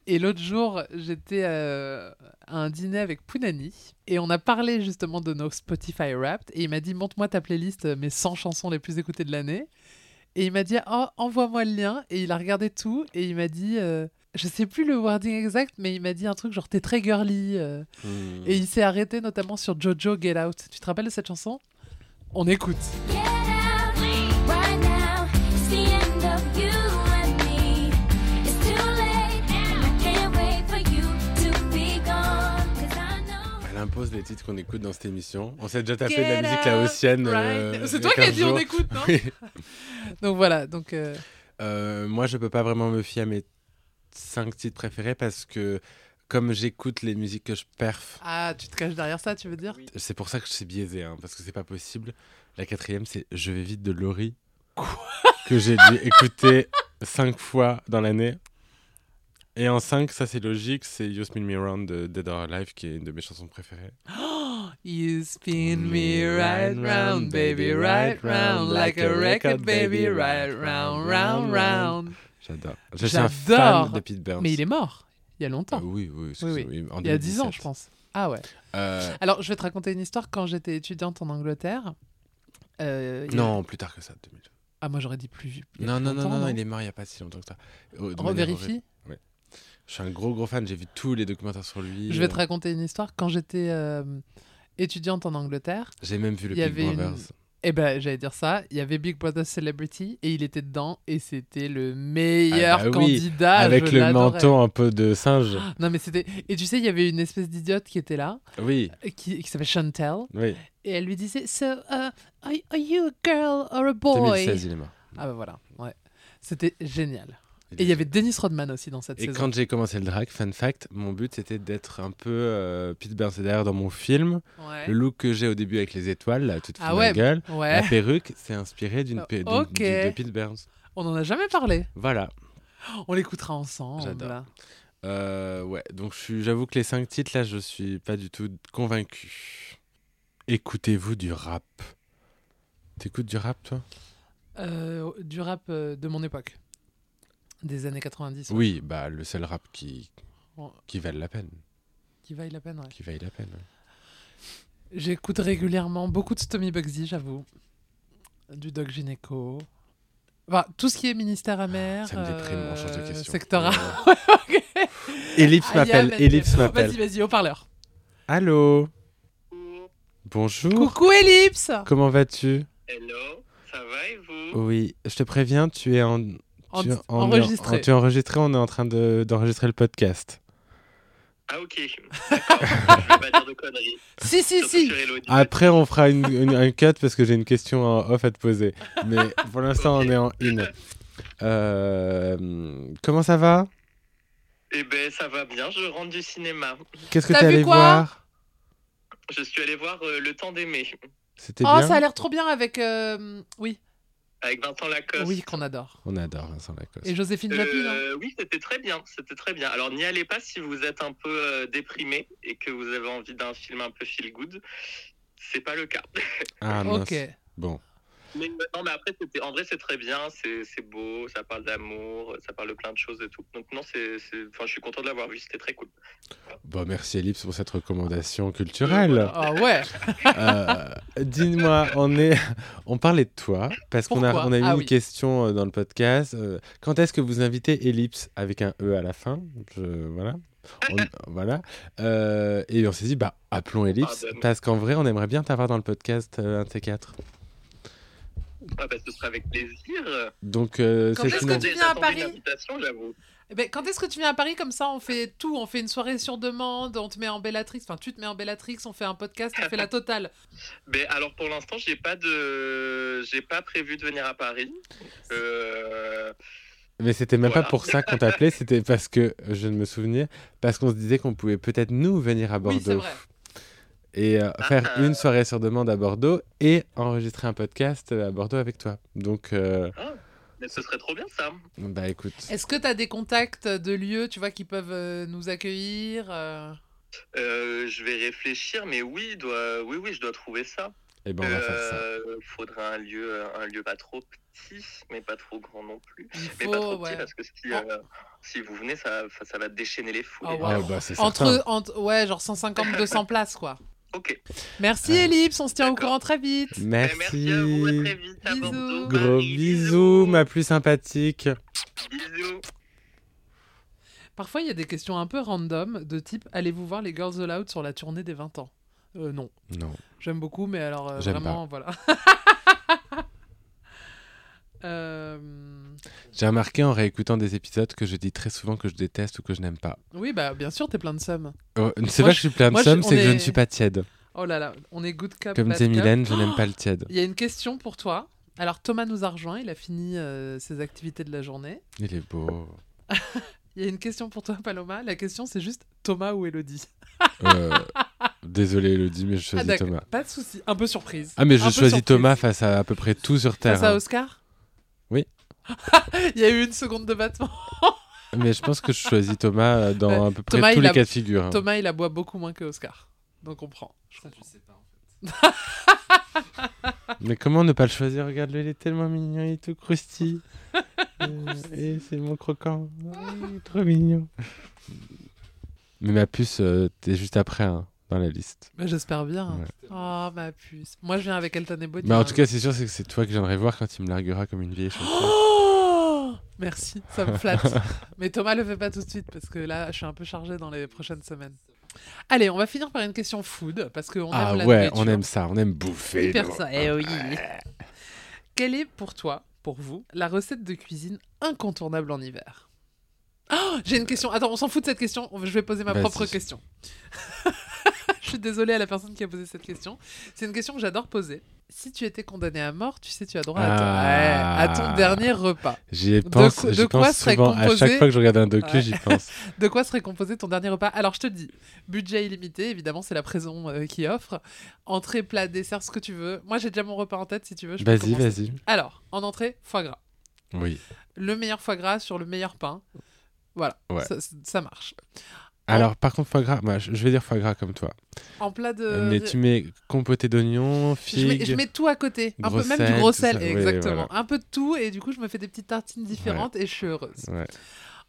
Et l'autre jour, j'étais euh, à un dîner avec Pounani et on a parlé justement de nos Spotify Wrapped. Et il m'a dit Monte-moi ta playlist, euh, mes 100 chansons les plus écoutées de l'année. Et il m'a dit Oh, Envoie-moi le lien. Et il a regardé tout et il m'a dit euh, Je sais plus le wording exact, mais il m'a dit un truc genre T'es très girly. euh, Hmm. et il s'est arrêté notamment sur Jojo Get Out. Tu te rappelles de cette chanson On écoute. Get out right now. It's the end of you and me. It's too late. I can't wait for you to be gone. 'Cause I know. Elle impose les titres qu'on écoute dans cette émission. On s'est déjà tapé Get de la musique up, laotienne. Right. euh, C'est il y toi qui as 15 dit on jours. écoute, hein. non Oui. Donc voilà, donc euh, Euh, moi, je peux pas vraiment me fier à mes cinq titres préférés parce que comme j'écoute les musiques que je perf, ah, tu te caches derrière ça, tu veux dire c'est pour ça que je suis biaisé, hein, parce que c'est pas possible. La quatrième, c'est Je vais vite de Laurie, que j'ai dû écouter cinq fois dans l'année. Et en cinq, ça c'est logique, c'est You Spin Me Round de Dead or Alive, qui est une de mes chansons préférées. You spin me right round, baby, right round, like a record, baby, right round, round, round. J'adore. Je suis un J'adore. fan de Pete Burns. Mais il est mort il y Ah a longtemps, oui, oui, excusez-moi, en il y a 10 2017. ans, je pense. Ah ouais. Euh, Alors, je vais te raconter une histoire. Quand j'étais étudiante en Angleterre, euh, il y a- non, plus tard que ça, 2000. Ah, moi j'aurais dit plus vieux. il y a Non, plus non, non, longtemps, non, non, il est mort il n'y a pas si longtemps que ça. Oh, de manière horrible. Revérifie. Je suis un gros, gros fan, j'ai vu tous les documentaires sur lui. Je vais te Euh, raconter une histoire. Quand j'étais euh, étudiante en Angleterre, J'ai même vu le Il y Big avait une- Brothers. Eh ben, j'allais dire ça. Il y avait Big Brother Celebrity et il était dedans et c'était le meilleur Ah bah oui, candidat. Avec je le l'adorais. Ah. menton un peu de singe. Non, mais c'était. Et tu sais, il y avait une espèce d'idiote qui était là, Oui, euh, qui, qui s'appelait Chantel, oui. et elle lui disait So, uh, are, are you a girl or a boy 2016, il est mort. Ah bah voilà, ouais. C'était génial. Il Et il est- y avait Dennis Rodman aussi dans cette Et saison. quand j'ai commencé le drag, fun fact, mon but c'était d'être un peu euh, Pete Bernseder dans mon film. Ouais. Le look que j'ai au début avec les étoiles, la toute Ah fine ouais. gueule, la Ouais. Oh, perruque, c'est inspiré d'une pe- d'une- Ok. du- de Pete Burns. On n'en a jamais parlé. Voilà. On l'écoutera ensemble. J'adore. Euh, ouais, donc je suis- j'avoue que les cinq titres là, je suis pas du tout convaincu. Écoutez-vous du rap. T'écoutes du rap toi Euh, du rap euh, de mon époque. Des années 90. ouais. Oui, bah le seul rap qui Bon. qui vaille la peine, Qui vaille la peine, ouais. qui vaille la peine. ouais. J'écoute régulièrement beaucoup de Tommy Bugsy, j'avoue. Du Doc Gynéco. Enfin, tout ce qui est ministère amer. Ça me déprime, on change de euh, question. Secteur A. Ellipse Ah, yeah, m'appelle, man, Ellipse yeah. m'appelle. Vas-y, vas-y, au parleur. Allô Bonjour. Coucou Ellipse Comment vas-tu Hello, ça va et vous Oui, je te préviens, tu es en, En- tu es en- enregistré. en- tu es enregistré, on est en train de- d'enregistrer le podcast. Ah ok, d'accord. je vais pas dire de conneries. Si, si, Surtout si sur Elodie. Après, on fera une, une- un cut parce que j'ai une question en off à te poser. Mais pour l'instant, on est en in. Euh, comment ça va Eh ben ça va bien, je rentre du cinéma. Qu'est-ce que T'as t'es vu allé quoi voir Je suis allé voir euh, Le Temps d'aimer C'était Oh, bien ça a l'air trop bien avec. euh, Oui, avec Vincent Lacoste. oui, qu'on adore. On adore Vincent Lacoste. Et Joséphine Euh, Japy, non oui, c'était très bien, c'était très bien. Alors n'y allez pas si vous êtes un peu euh, déprimé et que vous avez envie d'un film un peu feel good. C'est pas le cas. Ah mince. Ok. Bon, Mais euh, non, mais après c'était, en vrai c'est très bien, c'est c'est beau, ça parle d'amour, ça parle de plein de choses et tout. Donc non, c'est, c'est- enfin je suis content de l'avoir vu, c'était très cool. bon merci Ellipse pour cette recommandation culturelle. Oh ouais. Euh, Dis-moi, on est, on parlait de toi parce qu'on a, Pourquoi on a eu Ah une oui. question euh, dans le podcast. Euh, Quand est-ce que vous invitez Ellipse avec un e à la fin Je- Voilà, On- voilà. Euh, et on s'est dit bah appelons Ellipse Ah ben. parce qu'en vrai on aimerait bien t'avoir dans le podcast euh, un de ces quatre. Ah bah ce sera avec plaisir. Donc euh, Quand c'est est-ce une- que tu viens à J'attendais Paris l'invitation, j'avoue. Eh ben, quand est-ce que tu viens à Paris comme ça On fait tout, on fait une soirée sur demande, on te met en Bellatrix, enfin tu te mets en Bellatrix, on fait un podcast, on fait la totale. Mais alors pour l'instant, j'ai pas de, j'ai pas prévu de venir à Paris. Euh, mais c'était même pas Voilà. pour ça qu'on t'appelait, c'était parce que euh, je ne me souvenais parce qu'on se disait qu'on pouvait peut-être nous venir à Oui, c'est Bordeaux vrai. et euh, faire Ah. une soirée sur demande à Bordeaux et enregistrer un podcast euh, à Bordeaux avec toi. Donc euh, Mais ce serait trop bien ça. Bah écoute, Est-ce que tu as des contacts de lieux, tu vois, qui peuvent euh, nous accueillir euh Euh, je vais réfléchir, mais oui, il doit, oui, oui, je dois trouver ça. eh ben on va faire ça. Euh, faudrait un lieu, un lieu pas trop petit, mais pas trop grand non plus. Il Mais pas trop faut, petit ouais. parce que si, Ah. euh, si vous venez, ça, ça va déchaîner les foules. Ah Ah ouais. bah c'est certain. Entre, entre, ouais, genre 150, 200 places, quoi. Ok. Merci Euh, Ellipse, on se tient au d'accord. courant très vite. Eh, Merci à vous. À très Merci. vite. À Bisous. Bordeaux, Gros Paris. bisous, ma plus sympathique. Bisous. Parfois, il y a des questions un peu random, de type Allez-vous voir les Girls All Out sur la tournée des 20 ans Euh, Non. Non. J'aime beaucoup, mais alors euh, J'aime vraiment, voilà. Euh, J'ai remarqué en réécoutant des épisodes que je dis très souvent que je déteste ou que je n'aime pas. Oui, bah bien sûr, t'es plein de sommes. Euh, c'est pas Moi, que je suis plein de moi, je- sommes, c'est on que je est- ne suis pas tiède. Oh là là, on est good cup. Comme bad disait cup. Mylène, je n'aime pas le tiède. Il y a une question pour toi. Alors Thomas nous a rejoint, il a fini euh, ses activités de la journée. Il est beau. Il y a une question pour toi, Paloma. La question, c'est juste Thomas ou Elodie Euh, désolé Elodie, mais je choisis Ah, d'accord. Thomas. Pas de souci, un peu surprise. Ah mais je Un peu choisis surprise. Thomas face à à peu près tout sur Terre. Face à hein. Oscar Oui. il y a eu une seconde de battement. Mais je pense que je choisis Thomas euh, dans à peu près Thomas, tous il les a- cas de figure. hein. Thomas, il aboie beaucoup moins que Oscar. Donc on prend. Je comprends. Mais comment ne pas le choisir Regarde-le, il est tellement mignon, il est tout croustille. Euh, et c'est mon croquant. Ah, il est trop mignon. Mais ma puce, euh, t'es juste après hein, dans la liste. Bah, J'espère bien. Ouais. Oh ma puce. Moi je viens avec Elton et Bonnie. Mais en hein. tout cas, c'est sûr, c'est que c'est toi que j'aimerais voir quand il me larguera comme une vieille chanteuse. Oh Merci, ça me flatte. Mais Thomas le fait pas tout de suite parce que là je suis un peu chargée dans les prochaines semaines. Allez, on va finir par une question food, parce qu'on Ah aime la ouais, on nourriture. aime ça, on aime bouffer. nous. Personne. Eh oui. Quelle est pour toi, pour vous, la recette de cuisine incontournable en hiver Oh, j'ai une question. Attends, on s'en fout de cette question. On- Je vais poser ma Vas-y. propre question. Je suis désolée à la personne qui a posé cette question. C'est une question que j'adore poser. Si tu étais condamné à mort, tu sais, tu as droit à ton, Ah. ouais, à ton dernier repas. J'y De pense, quoi- j'y de quoi pense serait souvent. À chaque composé- fois que je regarde un docu, Ouais. j'y pense. De quoi serait composé ton dernier repas Alors, je te le dis, budget illimité, évidemment, c'est la prison euh, qui offre. Entrée, plat, dessert, ce que tu veux. Moi, j'ai déjà mon repas en tête, si tu veux. je peux Vas-y, commencer. vas-y. Alors, en entrée, foie gras. Oui. le meilleur foie gras sur le meilleur pain. Voilà, Ouais. ça, ça- ça marche. Alors, par contre, foie gras, moi, je je vais dire foie gras comme toi. En plat de. Mais tu mets compoté d'oignons, Euh, je, mets, figues. je mets tout à côté, un peu grosse même sel, du tout gros ça. sel, Oui, exactement. Un peu de tout, et du coup, je me fais des petites tartines différentes et je suis heureuse. Ouais.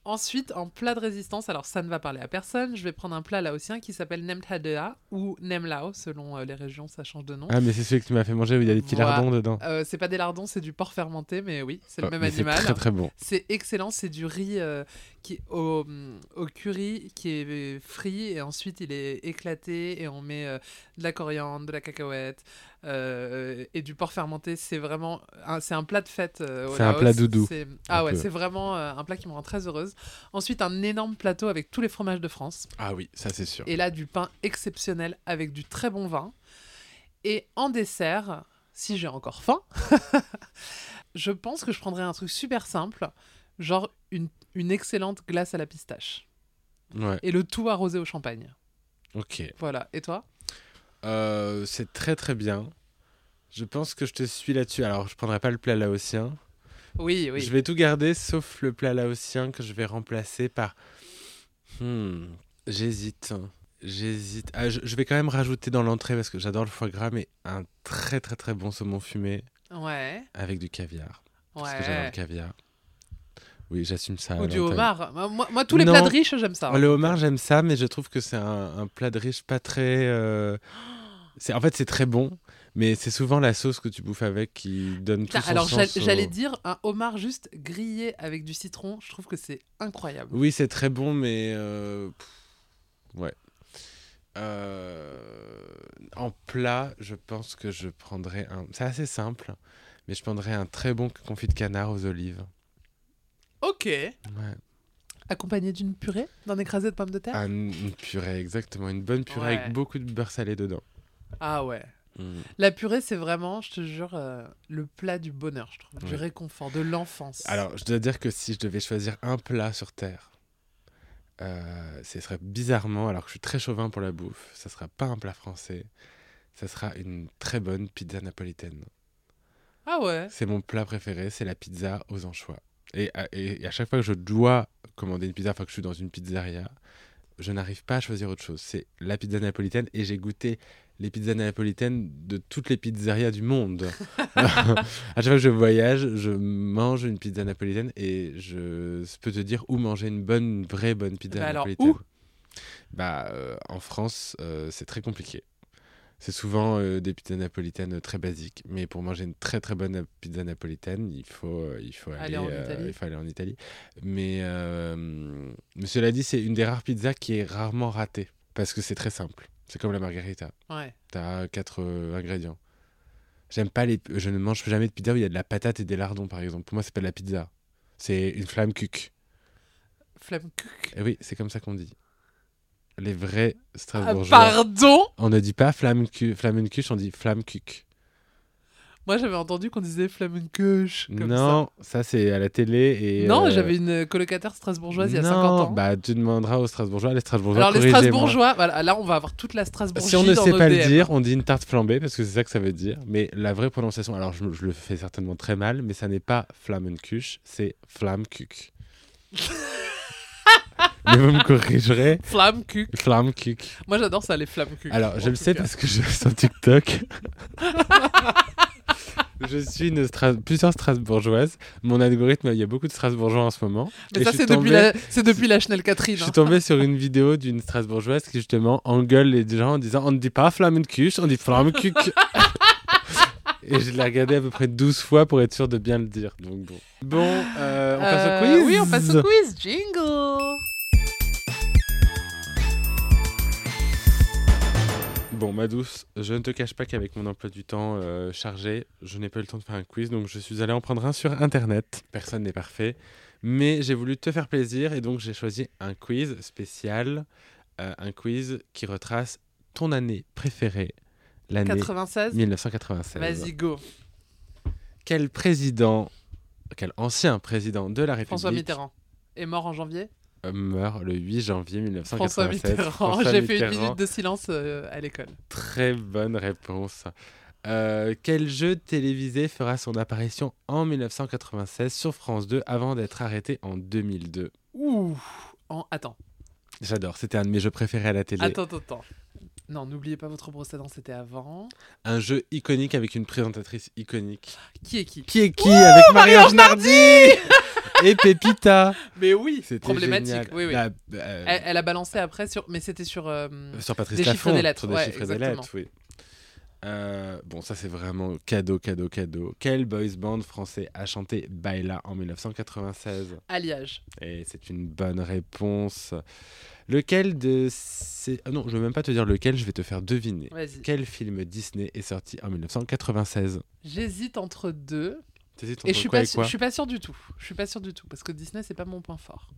Ensuite, en plat de résistance, alors ça ne va parler à personne, je vais prendre un plat laotien qui s'appelle Nemthadea ou Nemlao, selon euh, les régions, ça change de nom. Ah, mais c'est celui que tu m'as fait manger où il y a des petits Voilà. lardons dedans. Euh, c'est pas des lardons, c'est du porc fermenté, mais oui, c'est le Oh, même mais animal. C'est très très bon. C'est excellent, c'est du riz euh, qui au, hum, au curry qui est frit et ensuite il est éclaté et on met euh, de la coriandre, de la cacahuète euh, et du porc fermenté. C'est vraiment un, c'est un plat de fête. euh, au C'est un Laos. plat doudou, C'est- Ah un ouais, peu. c'est vraiment euh, un plat qui me rend très heureuse. Ensuite un énorme plateau avec tous les fromages de France Ah oui, ça c'est sûr. et là du pain exceptionnel avec du très bon vin. Et en dessert, si j'ai encore faim, je pense que je prendrais un truc super simple, genre une, une excellente glace à la pistache. Ouais, Et le tout arrosé au champagne. ok. Voilà. Et toi Euh, c'est très très bien. Je pense que je te suis là-dessus. Alors, je prendrai pas le plat laotien. Oui, oui. Je vais tout garder sauf le plat laotien que je vais remplacer par. Hmm, j'hésite. hein. J'hésite. Ah, je, je vais quand même rajouter dans l'entrée parce que j'adore le foie gras, mais un très très très bon saumon fumé Ouais. avec du caviar. Parce que j'adore le Ouais. caviar. Oui, j'assume ça. Ou à du l'entrée. homard. Moi- Moi, moi, tous les Non. plats de riches, j'aime ça. hein. Le homard, j'aime ça, mais je trouve que c'est un, un plat de riche pas très. euh, C'est en fait c'est très bon, mais c'est souvent la sauce que tu bouffes avec qui donne tout Putain, son alors j'a- sens. au- j'allais dire un homard juste grillé avec du citron, je trouve que c'est incroyable. Oui, c'est très bon, mais euh, pff, ouais. Euh, En plat, je pense que je prendrais un. C'est assez simple, mais je prendrais un très bon confit de canard aux olives. Ok. Ouais. Accompagné d'une purée, d'un écrasé de pommes de terre. Un- une purée, exactement, une bonne purée Ah. Ouais. avec beaucoup de beurre salé dedans. Ah ouais. La purée, c'est vraiment, je te jure, euh, le plat du bonheur, je trouve, du Oui. réconfort, de l'enfance. Alors, je dois dire que si je devais choisir un plat sur Terre, euh, ce serait bizarrement, alors que je suis très chauvin pour la bouffe, ça sera pas un plat français, ça sera une très bonne pizza napolitaine. Ah ouais. C'est mon plat préféré, c'est la pizza aux anchois. Et à, et à chaque fois que je dois commander une pizza, enfin que je suis dans une pizzeria, je n'arrive pas à choisir autre chose. C'est la pizza napolitaine et j'ai goûté les pizzas napolitaines de toutes les pizzerias du monde. à chaque fois que je voyage, je mange une pizza napolitaine et je peux te dire où manger une bonne, une vraie bonne pizza Bah alors, napolitaine. où bah, euh, en France, euh, c'est très compliqué. C'est souvent euh, des pizzas napolitaines euh, très basiques, mais pour manger une très très bonne na- pizza napolitaine, il faut, euh, il faut aller, Aller en euh, Italie. il faut aller en Italie. Mais, euh, mais cela dit, c'est une des rares pizzas qui est rarement ratée, parce que c'est très simple. C'est comme la margarita, Ouais. t'as quatre euh, ingrédients. J'aime pas les, je ne mange jamais de pizza où il y a de la patate et des lardons, par exemple. Pour moi, c'est pas de la pizza, c'est une flamme cuc. Flamme cuc. Et oui, c'est comme ça qu'on dit. Les vrais Ah, Strasbourgeois. pardon On ne dit pas flamme cu- flamencuche, on dit flamme cuc. Moi, j'avais entendu qu'on disait flamme cuche. Comme Non, ça, c'est à la télé ça. et. Non, euh, j'avais une colocataire strasbourgeoise il y a non, 50 ans. Bah, tu demanderas aux Strasbourgeois, les Strasbourgeois. Alors, les corrigez-moi. Strasbourgeois, voilà, là, on va avoir toute la Strasbourgeoise. Si on ne sait pas le dire, on dit une tarte flambée parce que c'est ça que ça veut dire. Mais la vraie prononciation, alors je, je le fais certainement très mal, mais ça n'est pas flamencuche, c'est flamcuc. mais vous me corrigerez, Flamme cuc. flamcuc. Moi, j'adore ça, les flammes cuc. Alors, je en le tout sais cas. parce que je suis sur TikTok. je suis une Stra- plusieurs Strasbourgeoises. Mon algorithme, il y a beaucoup de Strasbourgeois en ce moment. Mais Et ça, je suis c'est depuis, tombé- la... c'est depuis la Chanel Catherine. Je suis hein. tombé sur une vidéo d'une Strasbourgeoise qui justement engueule les gens en disant on ne dit pas cuche, on dit flamencuc. Et je l'ai regardé à peu près 12 fois pour être sûr de bien le dire. Donc bon. Bon, euh, on passe au Euh, quiz. Oui, on passe au quiz. Jingle. Bon, ma douce, je ne te cache pas qu'avec mon emploi du temps euh, chargé, je n'ai pas eu le temps de faire un quiz, donc je suis allé en prendre un sur Internet. Personne n'est parfait, mais j'ai voulu te faire plaisir et donc j'ai choisi un quiz spécial, euh, un quiz qui retrace ton année préférée, l'année 96 1996. Vas-y, go. Quel président, quel ancien président de la République François Mitterrand est mort en janvier. euh, meurt le 8 janvier 1996 François Mitterrand. François J'ai fait une Mitterrand. minute de silence euh, à l'école. Très bonne réponse. Euh, quel jeu télévisé fera son apparition en 1996 sur France 2 avant d'être arrêté en 2002 Ouh. En... Attends, J'adore, c'était un de mes jeux préférés à la télé. attends, attends, attends. Non, n'oubliez pas votre brosse à dents, c'était avant. Un jeu iconique avec une présentatrice iconique. Qui est qui Qui est qui avec Marie-Ange Nardi et Pépita Mais oui, C'était problématique. génial. Oui, oui. La- euh, Elle, elle a balancé après sur, mais c'était sur. euh, Sur Patrice Déchiffrer Laffont, des lettres, sur ouais, Déchiffrer des exactement. lettres, oui. Euh, bon, ça c'est vraiment cadeau, cadeau, cadeau. Quel boys band français a chanté Baila en 1996 Alliage. Et c'est une bonne réponse. Lequel de ces... Ah non, je ne vais même pas te dire lequel, je vais te faire deviner. Vas-y. Quel film Disney est sorti en 1996 J'hésite entre deux. T'hésites Et entre je suis quoi pas, et su- quoi je suis pas sûr du tout. Je suis pas sûr du tout parce que Disney c'est pas mon point fort.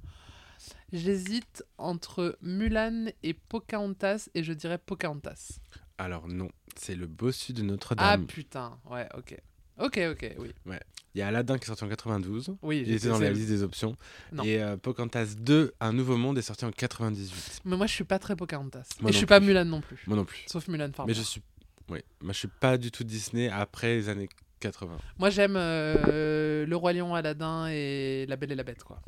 J'hésite entre Mulan et Pocahontas et je dirais Pocahontas. Alors non, c'est Le Bossu de Ah Notre-Dame. putain, ouais, ok, ok, ok, oui, Il y a Aladdin qui est sorti en 92. oui. Il était j'étais- dans la c'est- liste des options. Non. Et euh, Pocahontas 2, Un Nouveau Monde est sorti en 98. Mais moi je suis pas très Pocahontas. Moi et je non suis pas plus. Mulan non plus. Moi non plus. Sauf Mulan, pardon. Mais je suis... Oui, moi je suis pas du tout Disney après les années 80. Moi j'aime euh, Le Roi Lion, Aladdin et La Belle et la Bête quoi.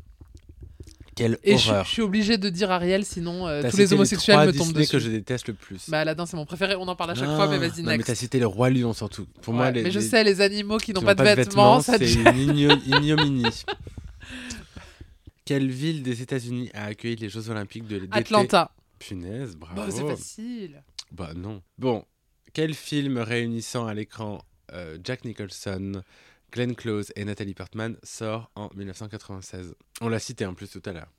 Quelle Et je, horreur je suis obligé de dire Ariel sinon euh, T'as tous cité les homosexuels Bah, trois me tombent Disney dessus. que je déteste le plus. Bah Aladdin c'est mon préféré, on en parle à chaque Non, fois mais vas-y non, mais next. t'as cité le roi lion surtout. Pour moi, Ouais, les, mais je les- sais, les animaux qui n'ont qui pas, de vêtements, ça c'est devient- une igno- ignominie. Quelle ville des États-Unis a accueilli les Jeux Olympiques de l'été Atlanta. Punaise, bravo. Bah, c'est facile. Bah non. Bon, quel film réunissant à l'écran euh, Jack Nicholson, Glenn Close et Nathalie Portman sort en 1996 On l'a cité en plus tout à l'heure.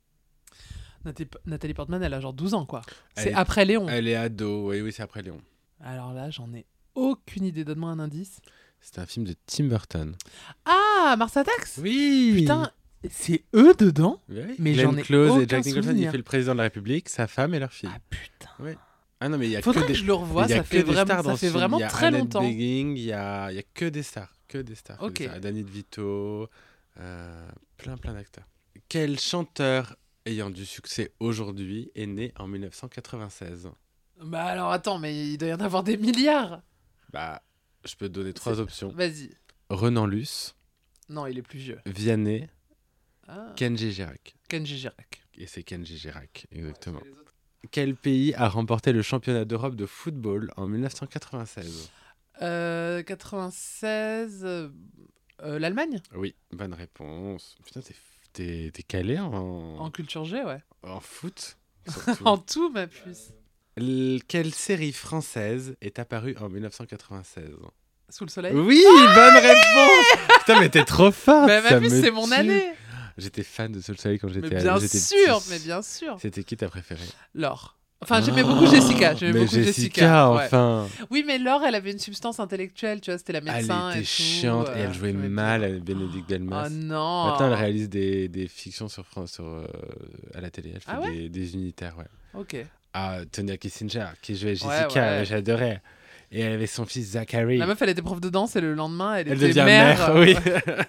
Nathalie Nathalie Portman, elle a genre 12 ans, quoi. Elle C'est est- après Léon. Elle est ado, oui, oui, c'est après Léon. Alors là, j'en ai aucune idée. Donne-moi un indice. C'est un film de Tim Burton. Ah, Mars Attacks Oui Putain, c'est eux dedans Oui. Mais Glenn j'en ai Close et aucun Jack Nicholson, il souvenir. fait le président de la République, sa femme et leur fille. Ah putain. Ah non, mais il y a Faudrait que que, des je le revoie, il y a ça que fait des stars vraiment, dans ça ce fait film. vraiment Il y a très Annette longtemps. Bening, il y a, il y a que des stars, que des stars. que Ok. des stars. Danny DeVito, euh, plein plein d'acteurs. Quel chanteur ayant du succès aujourd'hui est né en 1996 Bah alors attends, mais il doit y en avoir des milliards. Bah, je peux te donner trois options. Vas-y. Renan Luce, Non, il est plus vieux. Vianney, Ah, Kenji Girac. Kenji Girac. Et c'est Kenji Girac, exactement. Quel pays a remporté le championnat d'Europe de football en 1996 Euh, 96. euh, euh, L'Allemagne Oui, bonne réponse. Putain, t'es- t'es t'es calé en... En culture G, ouais. En foot surtout. En tout, ma puce. L- Quelle série française est apparue en 1996 Sous le soleil. Oui, bonne réponse Putain, mais t'es trop forte Bah, ma ça puce, me c'est mon tue. année. J'étais fan de Soul Soleil quand Mais j'étais bien j'étais sûr, petit. mais bien sûr. C'était qui ta préférée Ah, Laure. Enfin, j'aimais beaucoup Jessica. J'aimais Mais beaucoup Jessica, ouais. enfin Oui, mais Laure, elle avait une substance intellectuelle, tu vois, c'était la médecin. Elle et était tout, chiante euh, et elle jouait j'aimais mal bien. avec Bénédicte Oh Delmas. non. Maintenant, elle réalise des, des fictions sur France, sur, euh, à la télé. Elle fait Ah ouais des, des unitaires, ouais. Ok. Ah, Tonya Kissinger, qui jouait Ouais, Jessica, ouais. j'adorais. Et elle avait son fils Zachary. La meuf, elle était prof de danse et le lendemain, elle, Elle était devient mère. mère, oui.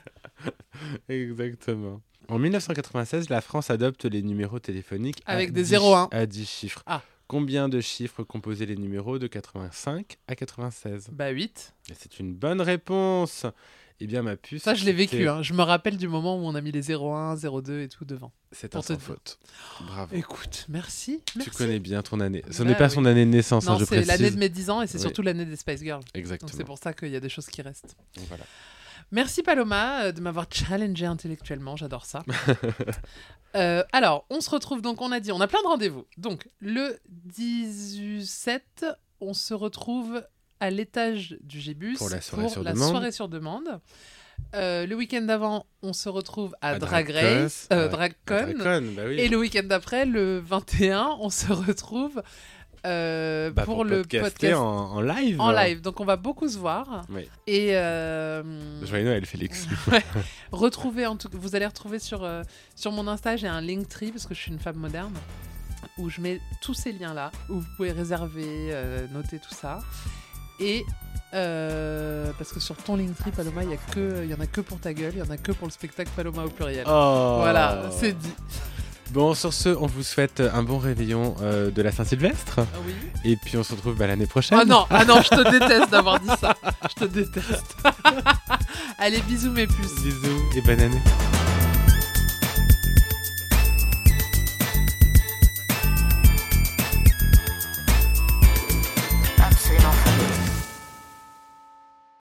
Exactement. En 1996, la France adopte les numéros téléphoniques à Avec des 10 01. à 10 chiffres. Ah. Combien de chiffres composaient les numéros de 85 à 96 Bah 8. Et C'est une bonne réponse. Eh bien, ma puce. Ça, je l'ai vécu. c'était- hein. Je me rappelle du moment où on a mis les 01, 02 et tout devant. C'est un pour te sans dire. faute. Bravo. Écoute, merci. merci. Tu connais bien ton année. Ce Bah n'est pas oui. son année de naissance, hein, Non, je c'est précise. l'année de mes 10 ans et c'est Oui. surtout l'année des Spice Girls. Donc c'est Exactement. pour ça qu'il y a des choses qui restent. Donc, voilà. Merci Paloma euh, de m'avoir challengé intellectuellement, j'adore ça. Euh, alors, on se retrouve donc, on a dit, on a plein de rendez-vous. Donc, le 17, on se retrouve à l'étage du Gbus Pour la soirée sur la demande. soirée sur demande. Euh, le week-end d'avant, on se retrouve à, À Drag Dragcos, Race, euh, à- Dragcon. Dracon, bah oui. Et le week-end d'après, le 21, on se retrouve euh, Bah, pour, le podcaster podcast en, en... en live. live. Donc on va beaucoup se voir. Oui. Et euh, Joyeux Noël, Félix. Retrouvez en tout vous allez retrouver sur, euh, sur mon Insta, j'ai un Linktree parce que je suis une femme moderne où je mets tous ces liens là où vous pouvez réserver, euh, noter tout ça. Et euh, parce que sur ton Linktree Paloma, il y a que il y en a que pour ta gueule, il y en a que pour le spectacle Paloma au pluriel. Oh. Voilà, c'est dit. Bon, sur ce, on vous souhaite un bon réveillon euh, de la Saint-Sylvestre. Ah Oui. Et puis, on se retrouve bah, l'année prochaine. Ah non, ah non, je te déteste d'avoir dit ça. Je te déteste. allez, bisous mes puces. Bisous et bonne année.